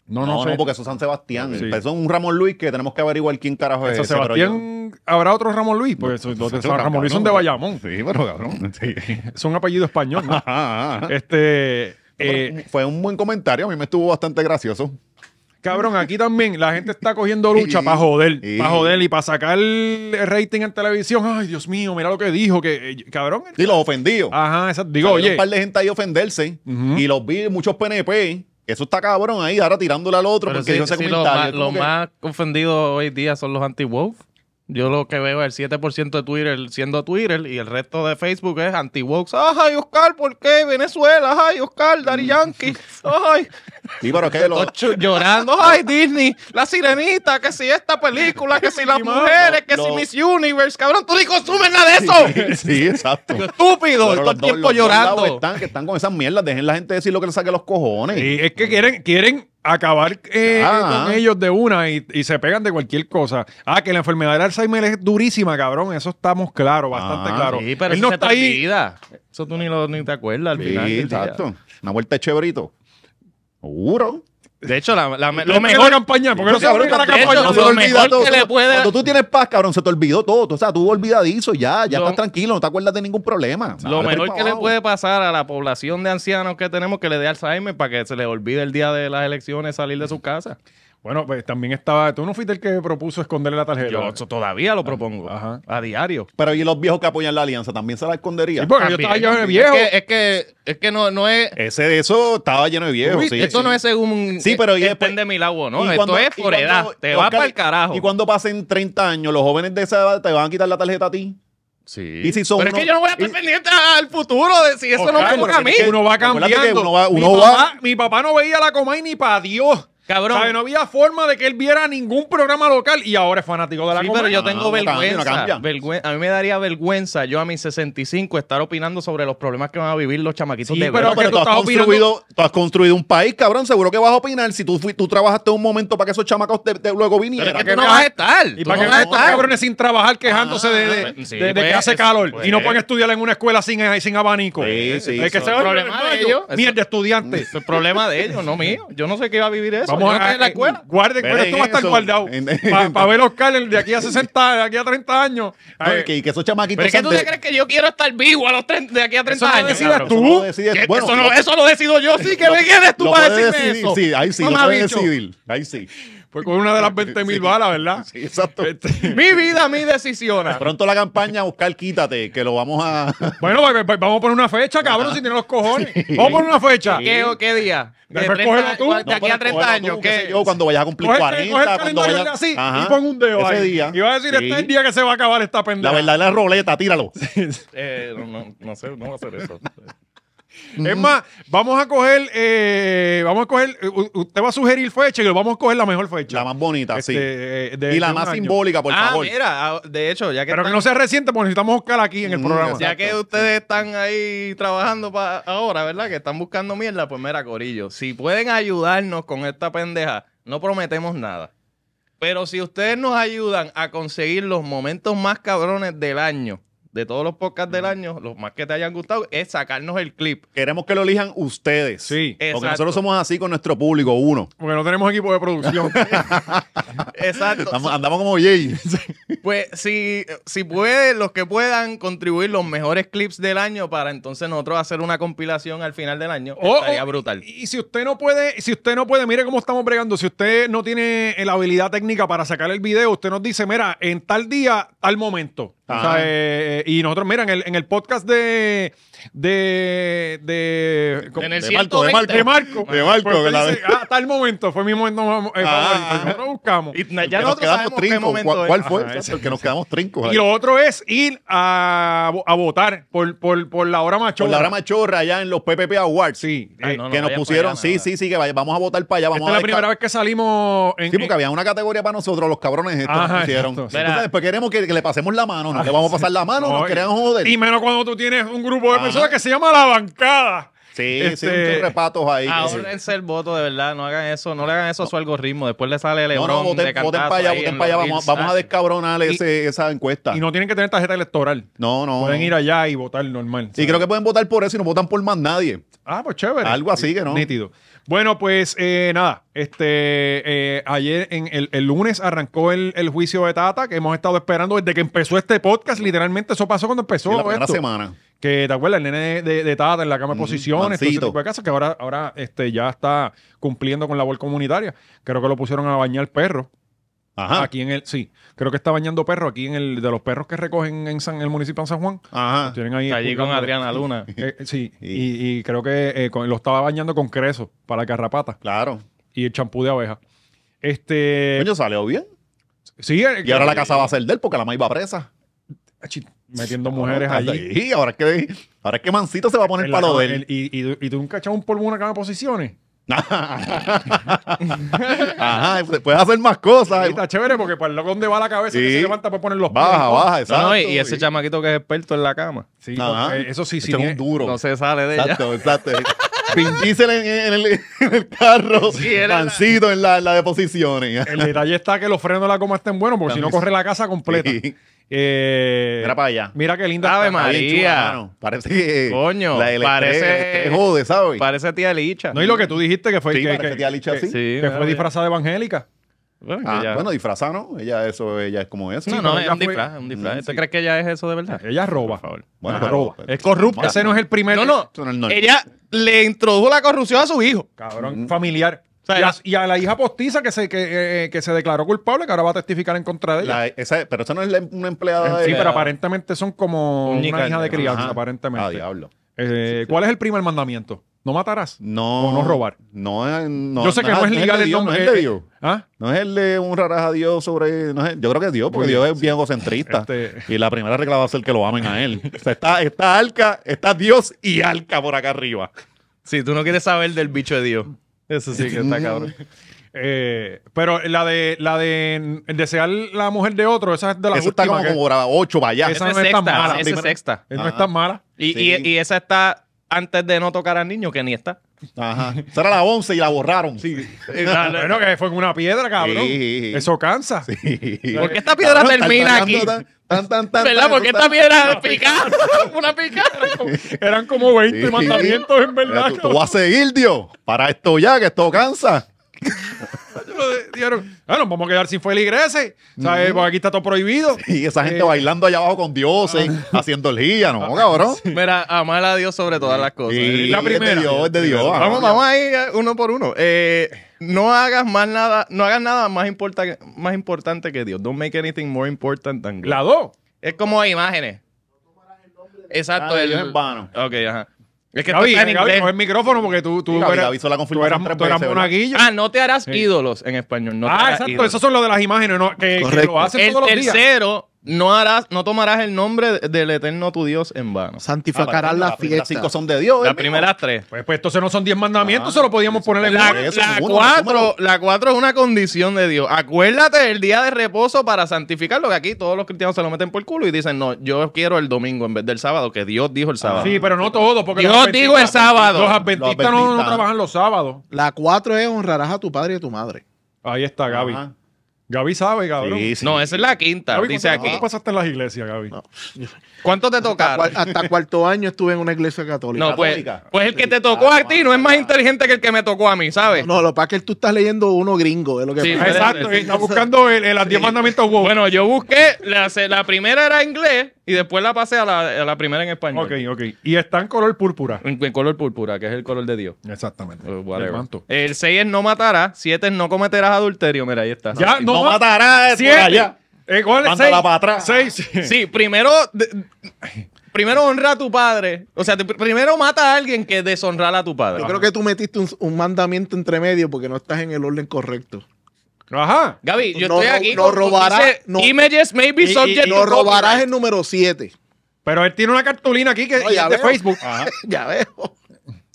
A: No,
C: No,
A: no,
C: no,
A: sé.
C: porque eso es San Sebastián.
A: Sí.
C: Eso es un Ramón Luis que tenemos que averiguar quién carajo es.
A: San
C: ese, pero
A: Sebastián, ¿habrá otro Ramón Luis? Pues los
C: [laughs]
A: de
C: yo-
A: San Ramón Luis son de
C: Cabrón.
A: Bayamón.
C: Sí, pero cabrón. [laughs] sí.
A: Es un apellido
C: [laughs]
A: español, ¿no?
C: Ajá, ajá.
A: Este. eh,
C: Pero fue un buen comentario. A mí me estuvo bastante gracioso.
A: cabrón, aquí también la gente está cogiendo
C: [laughs]
A: lucha para joder,
C: Sí.
A: para joder y para sacar el rating en televisión. Ay, Dios mío, mira lo que dijo, que eh, cabrón.
C: Y los ofendidos.
A: Ajá, esa- Ah, digo,
C: Había
A: oye,
C: un par de gente ahí ofenderse.
A: Ujú.
C: Y los vi, muchos PNP. Eso está cabrón ahí, ahora tirándole al otro
B: Pero
C: porque
B: sí,
C: hizo ese
B: sí, lo
C: comentario.
B: más,
C: Es
B: lo
C: como que-
B: más ofendido hoy día son los anti-woke. Yo lo que veo es el 7% de Twitter siendo Twitter y el resto de Facebook es anti-woke. ¡Ay, Oscar, ¿por qué? Venezuela, ¡ay, Oscar, Daddy Yankee! ¡Ay!
C: Sí, pero es que
B: [laughs]
C: los-
B: Todos chu- llorando, ¡ay, Disney! ¡La sirenita! ¡Que si esta película! ¡Que si las mujeres! ¡Que si
C: lo-
B: Miss Universe! ¡Cabrón, tú ni consumes nada de
C: [laughs]
B: eso!
C: Sí, exacto.
B: ¡Estúpido!
C: Pero
B: todo
C: los
B: el
C: dos-
B: tiempo
C: los dos lados
B: llorando.
C: están, que están con esas mierdas. Dejen la gente decir lo que le saque los cojones.
A: Sí, es que quieren, quieren acabar eh,
C: Ah.
A: con ellos de una y, y se pegan de cualquier cosa. Ah, que la enfermedad del Alzheimer es durísima, cabrón. Eso estamos claros, bastante
C: Ah,
A: claros.
B: Sí, pero
A: Él
B: eso
A: no
B: se
A: está
B: te
A: ahí.
B: olvida. Eso tú ni, lo, ni te acuerdas al
C: Sí,
B: final. del día.
C: exacto. Una vuelta de cheverito. Seguro.
B: De hecho, la, la-
A: Lo
B: lo mejor
A: campaña, porque no se olvida la
B: de hecho,
A: campaña.
B: lo
C: se te olvida
B: mejor
C: todo.
B: que le puede-
C: Cuando tú tienes paz, cabrón, se te olvidó todo. O sea, tú olvidadizo ya, ya
B: Lo-
C: estás tranquilo, no te acuerdas de ningún problema.
B: Lo
C: Dale
B: mejor
C: pa'
B: que le
C: abajo.
B: puede pasar a la población de ancianos que tenemos que le dé Alzheimer para que se les olvide el día de las elecciones salir de sus casas.
A: Bueno, pues también estaba. Tú no fuiste el que propuso esconderle la tarjeta.
B: Yo eso todavía
C: ah,
B: lo propongo.
A: Ajá.
B: A diario.
C: Pero y los viejos que apoyan la alianza también se la escondería.
A: Sí, porque yo estaba
B: También.
A: yo de viejo.
B: Es que, es que, es que no, no es.
C: Ese de eso estaba lleno de viejos.
A: Tuviste-
C: sí.
B: esto no es según.
C: Sí, pero y
B: que
C: después-
B: estén de mi lado, ¿no?
C: Y
B: Esto
C: cuando-
B: es
C: y
B: por
C: cuando-
B: edad. Te vas
C: Oscar,
B: para el carajo.
C: Y cuando pasen 30 años, los jóvenes de esa edad te van a quitar la tarjeta a ti.
B: Sí.
C: y si son
B: pero es
C: unos-
B: que yo no voy a estar
C: y-
B: pendiente al futuro de si eso no
A: Claro,
B: me toca a mí.
A: porque Uno va
C: Acuérdate que
A: cambiando.
C: uno va-
A: mi,
C: uno
A: papá,
C: va-
A: mi papá no veía la Comay ni para Dios.
B: Cabrón.
A: ¿Sabe? No había forma de que él viera ningún programa local y ahora es fanático de la
B: Sí,
A: Comay.
B: pero yo
C: No,
B: tengo
C: no cambia,
B: vergüenza.
C: no cambia.
B: vergüen- a mí me daría vergüenza yo a mis 65 estar opinando sobre los problemas que van a vivir los chamaquitos
A: Sí, pero
B: de verdad.
C: No,
A: que
C: pero
A: tú
C: tú, has
A: estás opinando-
C: construido, tú has construido un país, cabrón. Seguro que vas a opinar si tú, fui- tú trabajaste un momento para que esos chamacos te, te- luego vinieran.
A: Pero es que
B: Tú no
A: veas-
B: vas a estar.
A: Y
B: tú
A: para
B: no
A: que
B: vas a
A: vean estos
C: ah.
B: estar.
A: cabrones sin trabajar quejándose de, de-
B: pues, sí,
A: de- de que
B: pues,
A: hace
B: es-
A: calor
B: pues.
A: y no pueden estudiar en una escuela sin, sin abanico.
C: Sí, sí,
A: Es que
C: eso
A: se
B: es
A: va
B: problema
A: hermano,
B: de ellos. Eso-
A: Mierda, estudiante.
B: Es el problema de ellos, no mío. Yo no sé qué iba a vivir eso.
A: Vamos
B: Yo no
A: a eh,
B: estoy en la escuela.
A: Guarden, pero
C: Miren
A: esto va a estar
C: eso.
A: guardado.
C: En-
A: Para ver los Carles de aquí a 60, de aquí a 30 años.
C: No,
A: Ay,
C: y que, y que esos chamaquitos.
B: Pero es que tú
C: sean
B: te
C: de-
B: crees que yo quiero estar vivo a los 30 de aquí a 30
A: Eso no
B: años.
A: decidas
B: cabrón?
A: tú.
C: Eso no lo decides-
B: ¿Qué-
C: bueno,
B: eso, no, eso lo decido yo, sí. que me quieres tú
C: lo
B: para
C: puedes
B: decirme
C: decidir,
B: eso?
C: Sí, ahí sí, lo
B: Mamá
C: puedes
B: bicho.
C: decidir. Ahí sí.
A: Fue con pues una de las 20 mil
C: Sí.
A: balas, ¿verdad?
C: Sí, exacto.
A: [laughs]
B: Mi vida, mi decisión.
C: Este, Pronto la campaña, Oscar, quítate, que lo vamos a.
A: Bueno, va- va- vamos a poner una fecha, cabrón, si tiene los cojones. Vamos a poner una fecha.
B: ¿Qué, ¿Qué día? De,
A: Después cógelo
B: 30
A: tú.
B: de
A: No,
C: [laughs]
B: aquí
C: pero
B: a 30
C: pues, cógelo tú,
B: años.
C: qué
B: ¿qué?
C: sé yo, cuando vayas a cumplir
A: Coge el-
C: 40,
A: coge el
C: cuando
A: calendario
C: vayas
A: así
C: Ajá,
A: y pon un dedo
C: ese
A: ahí.
C: día.
A: Y va a decir,
C: Sí.
A: este es el día que se va a acabar esta
C: La
A: pendeja.
C: verdad es la ruleta, tíralo.
B: Eh, no, no, no sé, no va a hacer eso.
A: Es más, vamos a coger, eh, vamos a coger, eh, u- usted va a sugerir fecha y vamos a coger la mejor fecha.
C: La más bonita,
A: Este,
C: sí.
A: eh, de-
C: y
A: de
C: la
A: un
C: más
A: año.
C: simbólica, [laughs] por
B: ah,
C: favor.
B: mira, ah, de hecho, ya que,
A: Pero que
B: están-
A: no sea reciente porque necesitamos buscar aquí en el
C: Mm,
A: programa.
B: ya que ustedes están ahí trabajando para ahora, ¿verdad? Que están buscando mierda, pues mira, Corillo, si pueden ayudarnos con esta pendeja, no prometemos nada. Pero si ustedes nos ayudan a conseguir los momentos más cabrones del año, de todos los podcasts del año, los más que te hayan gustado, es sacarnos el clip.
C: Queremos que lo elijan ustedes.
A: Sí.
C: Porque
B: Exacto.
C: nosotros somos así con nuestro público, uno.
A: Porque no tenemos equipo de
B: [laughs]
A: producción.
B: Exacto.
C: Estamos- andamos como Jay. [laughs]
B: Pues si, si pueden, los que puedan contribuir los mejores clips del año para entonces nosotros hacer una compilación al final del año,
A: O-
B: estaría
A: o-
B: brutal.
A: Y, y si usted no puede, si usted no puede, mire cómo estamos bregando. Si usted no tiene la habilidad técnica para sacar el video, usted nos dice, mira, en tal día, tal momento. O sea,
C: Ajá.
A: eh, y nosotros, mira, en el, en el podcast de. de. de.
B: En el
C: de Marco, de
B: 120.
C: Marco.
A: de Marco.
C: De Marco,
A: Pues usted
C: que la
A: dice,
C: ve.
A: ah, tal momento, fue mi momento eh,
C: Ah.
A: favorito. Nosotros buscamos.
B: Y na-
C: Que
B: ya
C: nos
B: nosotros
C: quedamos
B: sabemos qué
C: trincos.
B: momento
C: ¿Cuál,
B: es.
C: cuál fue?
A: Ajá,
C: Exacto, el que nos quedamos trincos.
A: Y lo otro es ir a, vo- a votar por, por, por la hora machona.
C: Con la grama chorra allá en los PPP Awards.
A: Sí.
B: Ay,
A: eh,
B: no, no
C: que nos
B: vayan
C: pusieron,
B: para allá,
C: sí,
B: nada.
C: sí, sí, que vaya- vamos a votar para allá. Vamos
A: Esta es
C: a
A: la primera vez que salimos en.
C: Sí, porque había una categoría para nosotros, los cabrones estos
A: Ajá,
C: nos pusieron.
A: exacto, sí.
C: Entonces,
B: Mira.
C: después queremos que, que le pasemos la mano, no le vamos a pasar la mano,
A: No,
C: nos
A: y-
C: querían joder. Ah.
A: Y menos cuando tú tienes un grupo de
C: Ajá.
A: personas que se llama La Bancada.
C: Sí, sí,
A: Este-
C: muchos repatos ahí. que-
B: Ahorrense el voto, de verdad. No hagan eso. No le hagan eso a su algoritmo. Después le sale el
C: No, no, voten, voten para allá, voten para allá. Vamos, vamos a descabronar ese- esa encuesta.
A: Y no tienen que tener tarjeta electoral.
C: no, Ah. no.
A: Pueden ir allá y votar normal.
C: Y
A: ¿sabes?
C: creo que pueden votar por eso y no votan por más nadie.
A: Ah, pues chévere.
C: Algo así que no.
A: Nítido. Bueno, pues eh, nada. Este eh, ayer, en el, el lunes, arrancó el, el juicio de Tata, que hemos estado esperando desde que empezó este podcast. Literalmente, eso pasó cuando empezó.
C: en la primera
A: esto.
C: semana. Mm,
A: Que te acuerdas, el nene de, de Tata en la cama de
C: Ujú,
A: posiciones, todo ese
C: Mancito.
A: tipo de cosas, que ahora, ahora este, ya está cumpliendo con la labor comunitaria. Creo que lo pusieron a bañar perros.
C: Ajá.
A: Aquí en el, sí, creo que está bañando perros aquí en el de los perros que recogen en San, el municipio de San Juan.
C: Ajá.
A: Tienen ahí
B: Allí con
A: expulgando-
C: [laughs]
B: Adriana Luna.
A: eh, eh, sí,
C: Y-
A: y, y creo que eh, con- lo estaba bañando con creso para la carrapata
C: Claro.
A: y el champú de abeja. Este.
C: Coño, salió bien.
A: sí, eh,
C: Y ahora la casa va a ser de él porque la maíz va presa.
A: Achi, Metiendo mujeres allí.
C: Sí, ahora es que, ahora es que Mancito se va a poner
A: En la
C: palo
A: cama-
C: de
A: el-
C: él.
A: y, y, y tú un cachado un polvo en una cama de posiciones.
C: [laughs] Ajá, y puedes hacer más cosas.
A: Y está chévere porque para el loco donde va la cabeza que
C: Sí.
A: se levanta para poner los
C: Baja,
A: pies.
C: baja,
B: No,
C: exacto.
B: no, y, y ese chamaquito que es experto en la cama.
A: Sí,
C: Ajá.
A: porque Eh, eso sí, sí.
C: Este es
A: ni-
C: un duro.
B: No se sale de ella.
C: Exacto, exacto. Vin Diesel en, en el, en el carro.
B: era la-
C: Mancito en la, en la de posiciones.
A: El detalle está que los frenos de la coma estén buenos porque si no
C: También.
A: corre la casa completa.
C: Sí.
A: Eh,
C: Mira para allá.
A: mira qué linda.
B: Ave
A: está.
C: Está bien chula,
B: María.
C: mano. Parece que.
B: [laughs]
C: eh,
B: Coño,
C: La del
B: parece-
C: estrés- el estrés jode, ¿sabes?
B: Parece tía Licha.
A: No, y lo que tú dijiste que fue
C: Sí,
A: que,
C: parece
A: que-
C: tía Licha
A: que-
C: así.
B: Sí,
A: que
B: mira,
A: fue
B: mira.
A: disfrazada de evangélica.
B: Bueno,
C: Ah,
B: que ya-
C: bueno, disfrazada, ¿no? Ella, eso, ella es como es.
B: no,
A: pero
B: no, es
A: ella
B: un
A: fue-
B: disfraz, es un disfraz.
C: Mm,
B: ¿Usted
C: sí.
B: cree que ella es eso de verdad?
A: Ella roba.
C: Bueno,
A: Ajá,
C: pero-
A: roba.
C: pero-
A: es corrupta.
C: Mano.
A: Ese no es el primer.
B: No, no.
C: Eso no es normal.
B: [laughs] Ella le introdujo la corrupción a su hijo.
C: Mm.
A: Cabrón, familiar.
B: O sea,
A: y, a,
B: la-
A: y a la hija postiza que se, que, eh, que se declaró culpable, que ahora va a testificar en contra de ella.
C: La- esa- pero esa no es la- una empleada de.
A: sí, pero
B: la-
A: aparentemente son como
B: Uñica,
A: una hija de crianza,
C: Ajá.
A: aparentemente.
C: Ah, diablo.
A: Eh, ¿Cuál es el primer mandamiento? No matarás.
C: No.
A: O no robar.
C: No, es- no
A: Yo sé que
C: nada,
A: no es legal
C: de
A: el
C: Dios,
A: nombre.
C: No es el de
A: eh,
C: Dios.
A: eh, ¿Ah?
C: No es el de un raras a Dios sobre. no es- yo creo que es Dios, porque
A: Muy
C: Dios es bien egocentrista.
A: Este-
C: Y la primera regla va a ser que lo amen a él. O sea, está, está Alca, está Dios y Alca por acá arriba.
B: Si tú no quieres saber del bicho de Dios. Eso sí
C: [laughs]
B: que está cabrón.
A: Eh, pero la de la de desear la mujer de otro, esa es de la
C: Eso está como,
A: que-
C: como a 8 para allá.
A: Esa
B: Esa
A: no
B: es
A: es tan
B: sexta,
A: mala.
B: esa es
C: Primera-
B: sexta.
A: eh, no
C: Ajá.
A: es tan mala.
B: Y,
C: Sí.
B: y- y esa está antes de no tocar al niño, que ni está.
C: Ajá. Esa era la 11 y la borraron. [laughs] Sí. Eh,
A: Bueno, que fue en una piedra, cabrón.
C: Sí.
A: Eso cansa.
B: ¿Por qué esta piedra termina aquí?
C: Tan, tan, tan,
B: [laughs] ¿Verdad?
C: tan,
B: Porque
C: eso está-
B: esta piedra pica. [laughs] Una pica.
A: [laughs] Eran como 20
C: Sí.
A: mandamientos, en verdad.
C: Mira, Tú, tú vas a seguir, Dios. Para esto ya, que esto cansa.
A: cabrón. Dijeron, ah, nos vamos a quedar sin feligreses. ¿Sabes? Porque aquí está todo prohibido.
C: Y esa gente
A: Eh,
C: bailando allá abajo con dioses,
A: Ah.
C: haciendo el día, ¿no, cabrón?
B: Mira, amar a Dios sobre todas las cosas.
C: Sí,
A: la primera.
C: Es de Dios, es de Dios.
B: Vamos,
C: ajá.
B: vamos a ir eh, uno por uno. Eh, no hagas más nada, no hagas nada más, importa, más importante que Dios. Don't make anything more important than God.
A: La 2.
B: Es como imágenes. Exacto.
C: Ah,
B: el,
C: Dios en vano.
B: Ok, ajá. Es que
A: Gaby,
B: esto está en
A: Gaby,
B: inglés.
A: coge el micrófono porque tú, tú,
C: Sí, Gaby,
A: eras-
C: Gaby hizo la
A: tú
C: confirmación
A: eras,
C: tres
A: tú eras
C: veces, ¿verdad?
A: monaguillo.
B: Ah, no te harás ídolos en español. No te
A: Ah,
B: harás
A: exacto.
B: ídolos.
A: Esos son los de las imágenes, ¿no? Que, que
C: Correcto.
A: lo hacen
B: El
A: todos los días.
B: tercero, no harás, no tomarás el nombre de- del eterno tu Dios en vano.
C: Ah,
E: Santificarás
C: pero
E: la
C: las primeras
E: fiesta.
C: cinco son de Dios.
B: Las
C: ¿eh?
B: primeras tres.
A: Pues, pues entonces no son 10 mandamientos,
C: Ah,
A: se lo podíamos
C: eso
A: poner en
B: La,
C: Por eso,
B: la
C: ninguno,
B: cuatro,
C: ninguno.
B: la cuatro es una condición de Dios. Acuérdate del día de reposo para santificarlo, que aquí todos los cristianos se lo meten por culo y dicen, no, yo quiero el domingo en vez del sábado, que Dios dijo el sábado.
A: Ah. Sí, pues, pero no todos. Porque
B: Yo
A: los adventistas-
B: digo el sábado.
A: Los adventistas no- no,
C: adventistas.
A: trabajan los sábados.
E: La cuatro es honrarás a tu padre y a tu madre.
A: Ahí está, Gaby.
C: Ajá.
A: Gaby sabe, cabrón.
C: Sí, sí.
B: No, esa es la quinta.
A: Gaby,
B: dice
A: ¿cuánto
B: aquí.
A: tiempo pasaste en las iglesias, Gaby?
B: ¿Cuánto te
E: Hasta,
B: tocaron?
E: cuar- hasta cuarto año estuve en una iglesia católica.
B: No, pues,
C: Católica. Ah,
B: pues el que te tocó a ti no es más inteligente que el que me tocó a mí, ¿sabes?
E: No, lo que pasa es que tú estás leyendo uno gringo, es lo que
B: pues. Sí,
E: pasa.
A: Exacto,
B: Sí.
A: está buscando el, el, las 10 mandamientos wow.
B: Bueno, yo busqué, la, se- la primera era inglés y después la pasé a la, a la primera en español.
A: Ok, ok. Y está en color púrpura.
B: En, en color púrpura, que es el color de Dios.
A: Exactamente.
C: Pues,
B: o
A: El
B: whatever.
A: manto.
B: El 6 es no matarás, 7 es no cometerás adulterio. Mira, ahí está.
A: Ya, no,
C: No
A: ma-
C: matará es por
A: Siete.
C: allá.
A: Eh, ¿cuál es?
C: Mándala
A: Seis.
C: para atrás.
A: Seis.
B: Sí, primero, de- primero honra a tu padre. O sea, te- primero mata a alguien que deshonrar a tu padre.
E: Yo creo que tú metiste un, un mandamiento entre medio porque no estás en el orden correcto.
A: Ajá.
B: Gaby, yo
E: No
B: estoy
E: ro-
B: aquí.
E: no
B: con-
E: robarás,
B: dice,
E: no-
B: Images may be
A: Y- y-
B: subject
A: y
B: to
E: No robarás
B: copyright".
E: el número 7.
A: Pero él tiene una cartulina aquí que
E: No,
A: y
E: [laughs] ya
A: es de
E: veo.
A: Facebook.
E: ya veo.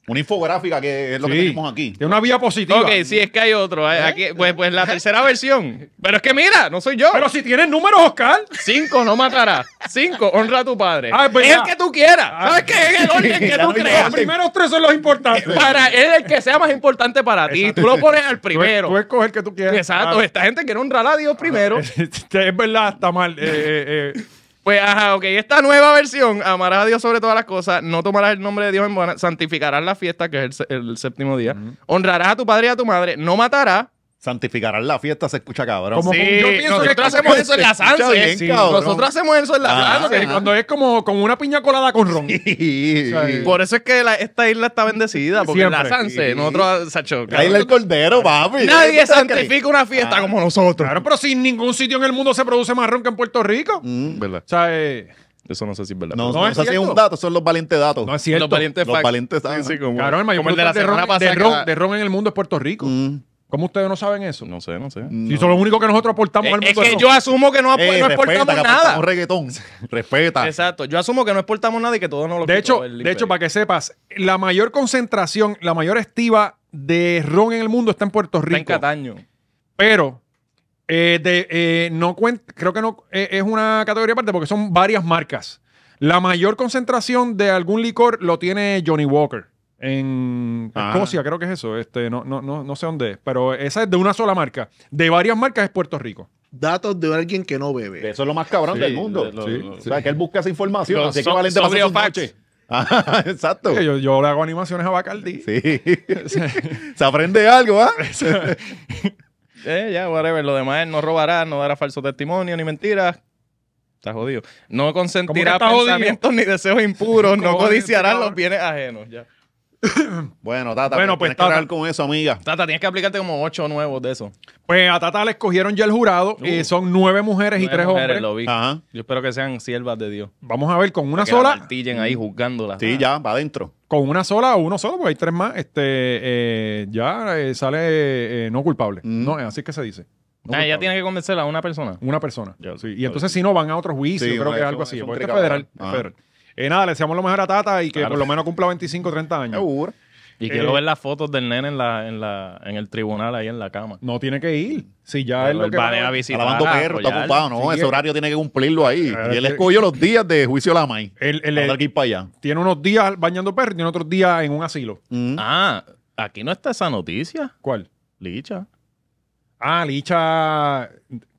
C: Una infográfica que es lo que
A: Sí.
C: tenemos aquí.
A: De una vía positiva.
B: Ok, sí, es que hay otro.
E: ¿Eh?
B: Hay- Aquí, pues, pues la tercera versión. Pero es que mira, no soy yo.
A: Pero si tienes números, Oscar.
B: Cinco, no matarás. Cinco, honra a tu padre.
A: Ah, es verdad.
B: es el que tú quieras.
A: Ah.
B: ¿Sabes qué? Es el orden que
C: Ya
B: tú
C: no
A: Los
B: creas.
A: primeros tres son los importantes.
B: [laughs] Para él, el que sea más importante para ti. Tú lo pones al
A: Tú, tú
B: primero.
A: escoges el que tú quieras.
B: Exacto,
A: Ah, [laughs]
B: esta gente quiere honrar a Dios primero.
A: es verdad, está mal. Eh, eh, eh.
B: Pues, ajá, ok, esta nueva versión, amarás a Dios sobre todas las cosas, no tomarás el nombre de Dios en vano, santificarás la fiesta, que es el se- el, séptimo día, honrarás a tu padre y a tu madre, no matarás.
C: Santificarán la fiesta, se escucha cabrón.
A: Como-
C: Sí,
A: yo pienso que
B: nosotros
A: como
B: hacemos
C: que
B: eso en
C: se
B: la
C: escucha
B: Sanse.
C: bien,
B: Sí,
C: cabrón.
B: nosotros hacemos eso en la
C: Ah,
B: Sanse.
A: Eh, Cuando es como, como una piña colada con ron.
C: Sí.
B: Por eso es que la- esta isla está bendecida, porque en la
A: Siempre.
B: Sanse, nosotros, Sacho,
C: Ahí el cordero, papi.
B: nadie
C: Eso es que-
B: santifica una fiesta
C: Ah.
B: como nosotros.
A: Claro, pero si en ningún sitio en el mundo se produce más ron que en Puerto Rico. O
C: Mm.
B: ¿Verdad?
A: sea, eh,
B: Eso no sé si es verdad.
C: No,
A: No
C: no,
A: es
C: eso sí es
A: cierto.
C: un dato, son los valientes datos.
A: no es cierto.
B: Los valientes
C: Los
B: facts.
C: valientes, ajá.
B: como,
A: Claro, el mayor
B: como el de la
A: productor
B: semana
A: de, ron,
B: pasada.
A: de ron- de ron en el mundo es Puerto Rico.
C: Mm.
A: ¿Cómo ustedes no saben eso?
B: No sé, no sé.
A: Si eso es lo único que nosotros aportamos al
B: Es, es
A: mundo.
B: que
A: del
B: yo
A: ron.
B: asumo que no, ap-
C: Eh,
B: no
C: respeta,
B: exportamos
C: que
B: nada.
C: aportamos reggaetón. Respeta.
B: Exacto. Yo asumo que no exportamos nada y que todo no lo
A: de
B: quitó
A: hecho,
B: el
A: de hecho,
B: imperio.
A: para que sepas, la mayor concentración, la mayor estiva de ron en el mundo está en Puerto
B: Está
A: Rico.
B: en Cataño.
A: Pero eh, de, eh, no cuen- creo que no eh, es una categoría aparte porque son varias marcas. La mayor concentración de algún licor lo tiene Johnny Walker. En
C: Ah.
A: Escocia, creo que es eso. Este, no, no, no, no sé dónde es. Pero esa es de una sola marca. De varias marcas es Puerto Rico.
E: Datos de alguien que no bebe.
C: Eso es lo más cabrón
B: Sí,
C: del mundo.
B: lo-
C: Sí.
B: lo-
C: O sea, que él busca esa información.
B: Los
C: así que
B: so-
C: valiente pasó
B: sobrio
C: su
B: facts.
C: noche. [laughs] Ajá, exacto.
A: Yo, yo le hago animaciones a Bacardi.
C: Oh. Sí. Se aprende algo, ¿ah?
B: Eh, ya, whatever. Lo demás es no robará, no dará falso testimonio ni mentiras. Está jodido. No consentirá
A: ¿Cómo que está jodido?
B: pensamientos ni deseos impuros. no
A: ¿Cómo
B: codiciará
A: que-
B: los bienes ajenos. Ya.
C: Bueno, Tata,
A: Bueno, pues,
C: tienes que hablar
A: Tata.
C: con eso, amiga.
B: Tata, tienes que aplicarte como ocho nuevos de eso.
A: Pues a Tata le escogieron ya el jurado.
C: Uh.
A: eh, son nueve mujeres y
B: Nueve
A: tres hombres.
B: mujeres,
A: Ah.
B: lo vi.
C: Ajá.
B: Yo espero que sean siervas de Dios.
A: Vamos a ver con una
B: Que la
A: sola.
B: martillen ahí juzgándolas.
C: Sí, ya, va adentro.
A: Con una sola o uno solo, porque hay tres más. Este, eh, ya eh, sale eh, no culpable.
C: Mm.
A: No, eh, así es que se dice. No
B: Ah,
A: culpable.
B: ya tiene que convencer a una persona.
A: Una persona.
B: Ya,
A: Sí, Y entonces, si no, van a otro juicio.
C: Sí,
A: yo creo
C: bueno,
A: que es
C: eso-
A: algo así.
C: eso es un
A: Porque este es
C: tricabal.
A: federal. es
C: Ajá.
A: federal. Eh, nada, le deseamos lo mejor a Tata y que
B: Claro.
A: por lo menos cumpla 25, 30 años.
C: Seguro.
B: Y
A: Eh,
B: quiero ver las fotos del nene en, la, en, la, en el tribunal ahí en la cama.
A: No tiene que ir. Si ya es
B: Pero
A: lo
B: él
A: que.
B: va a
A: va-
B: visitar,
C: Está lavando
B: a
C: perro, está
B: apoyarlo.
C: ocupado, ¿no?
A: Sí,
C: ese
A: es-
C: horario tiene que cumplirlo ahí.
A: Claro,
C: y él
A: es que-
C: escogió los días de juicio a la MAI.
A: él- él-
C: Para tener que ir para allá.
A: tiene unos días bañando perros y tiene otros días en un asilo.
C: Mm.
B: Ah, aquí no está esa noticia,
A: ¿Cuál?
B: Licha.
A: Ah, Licha.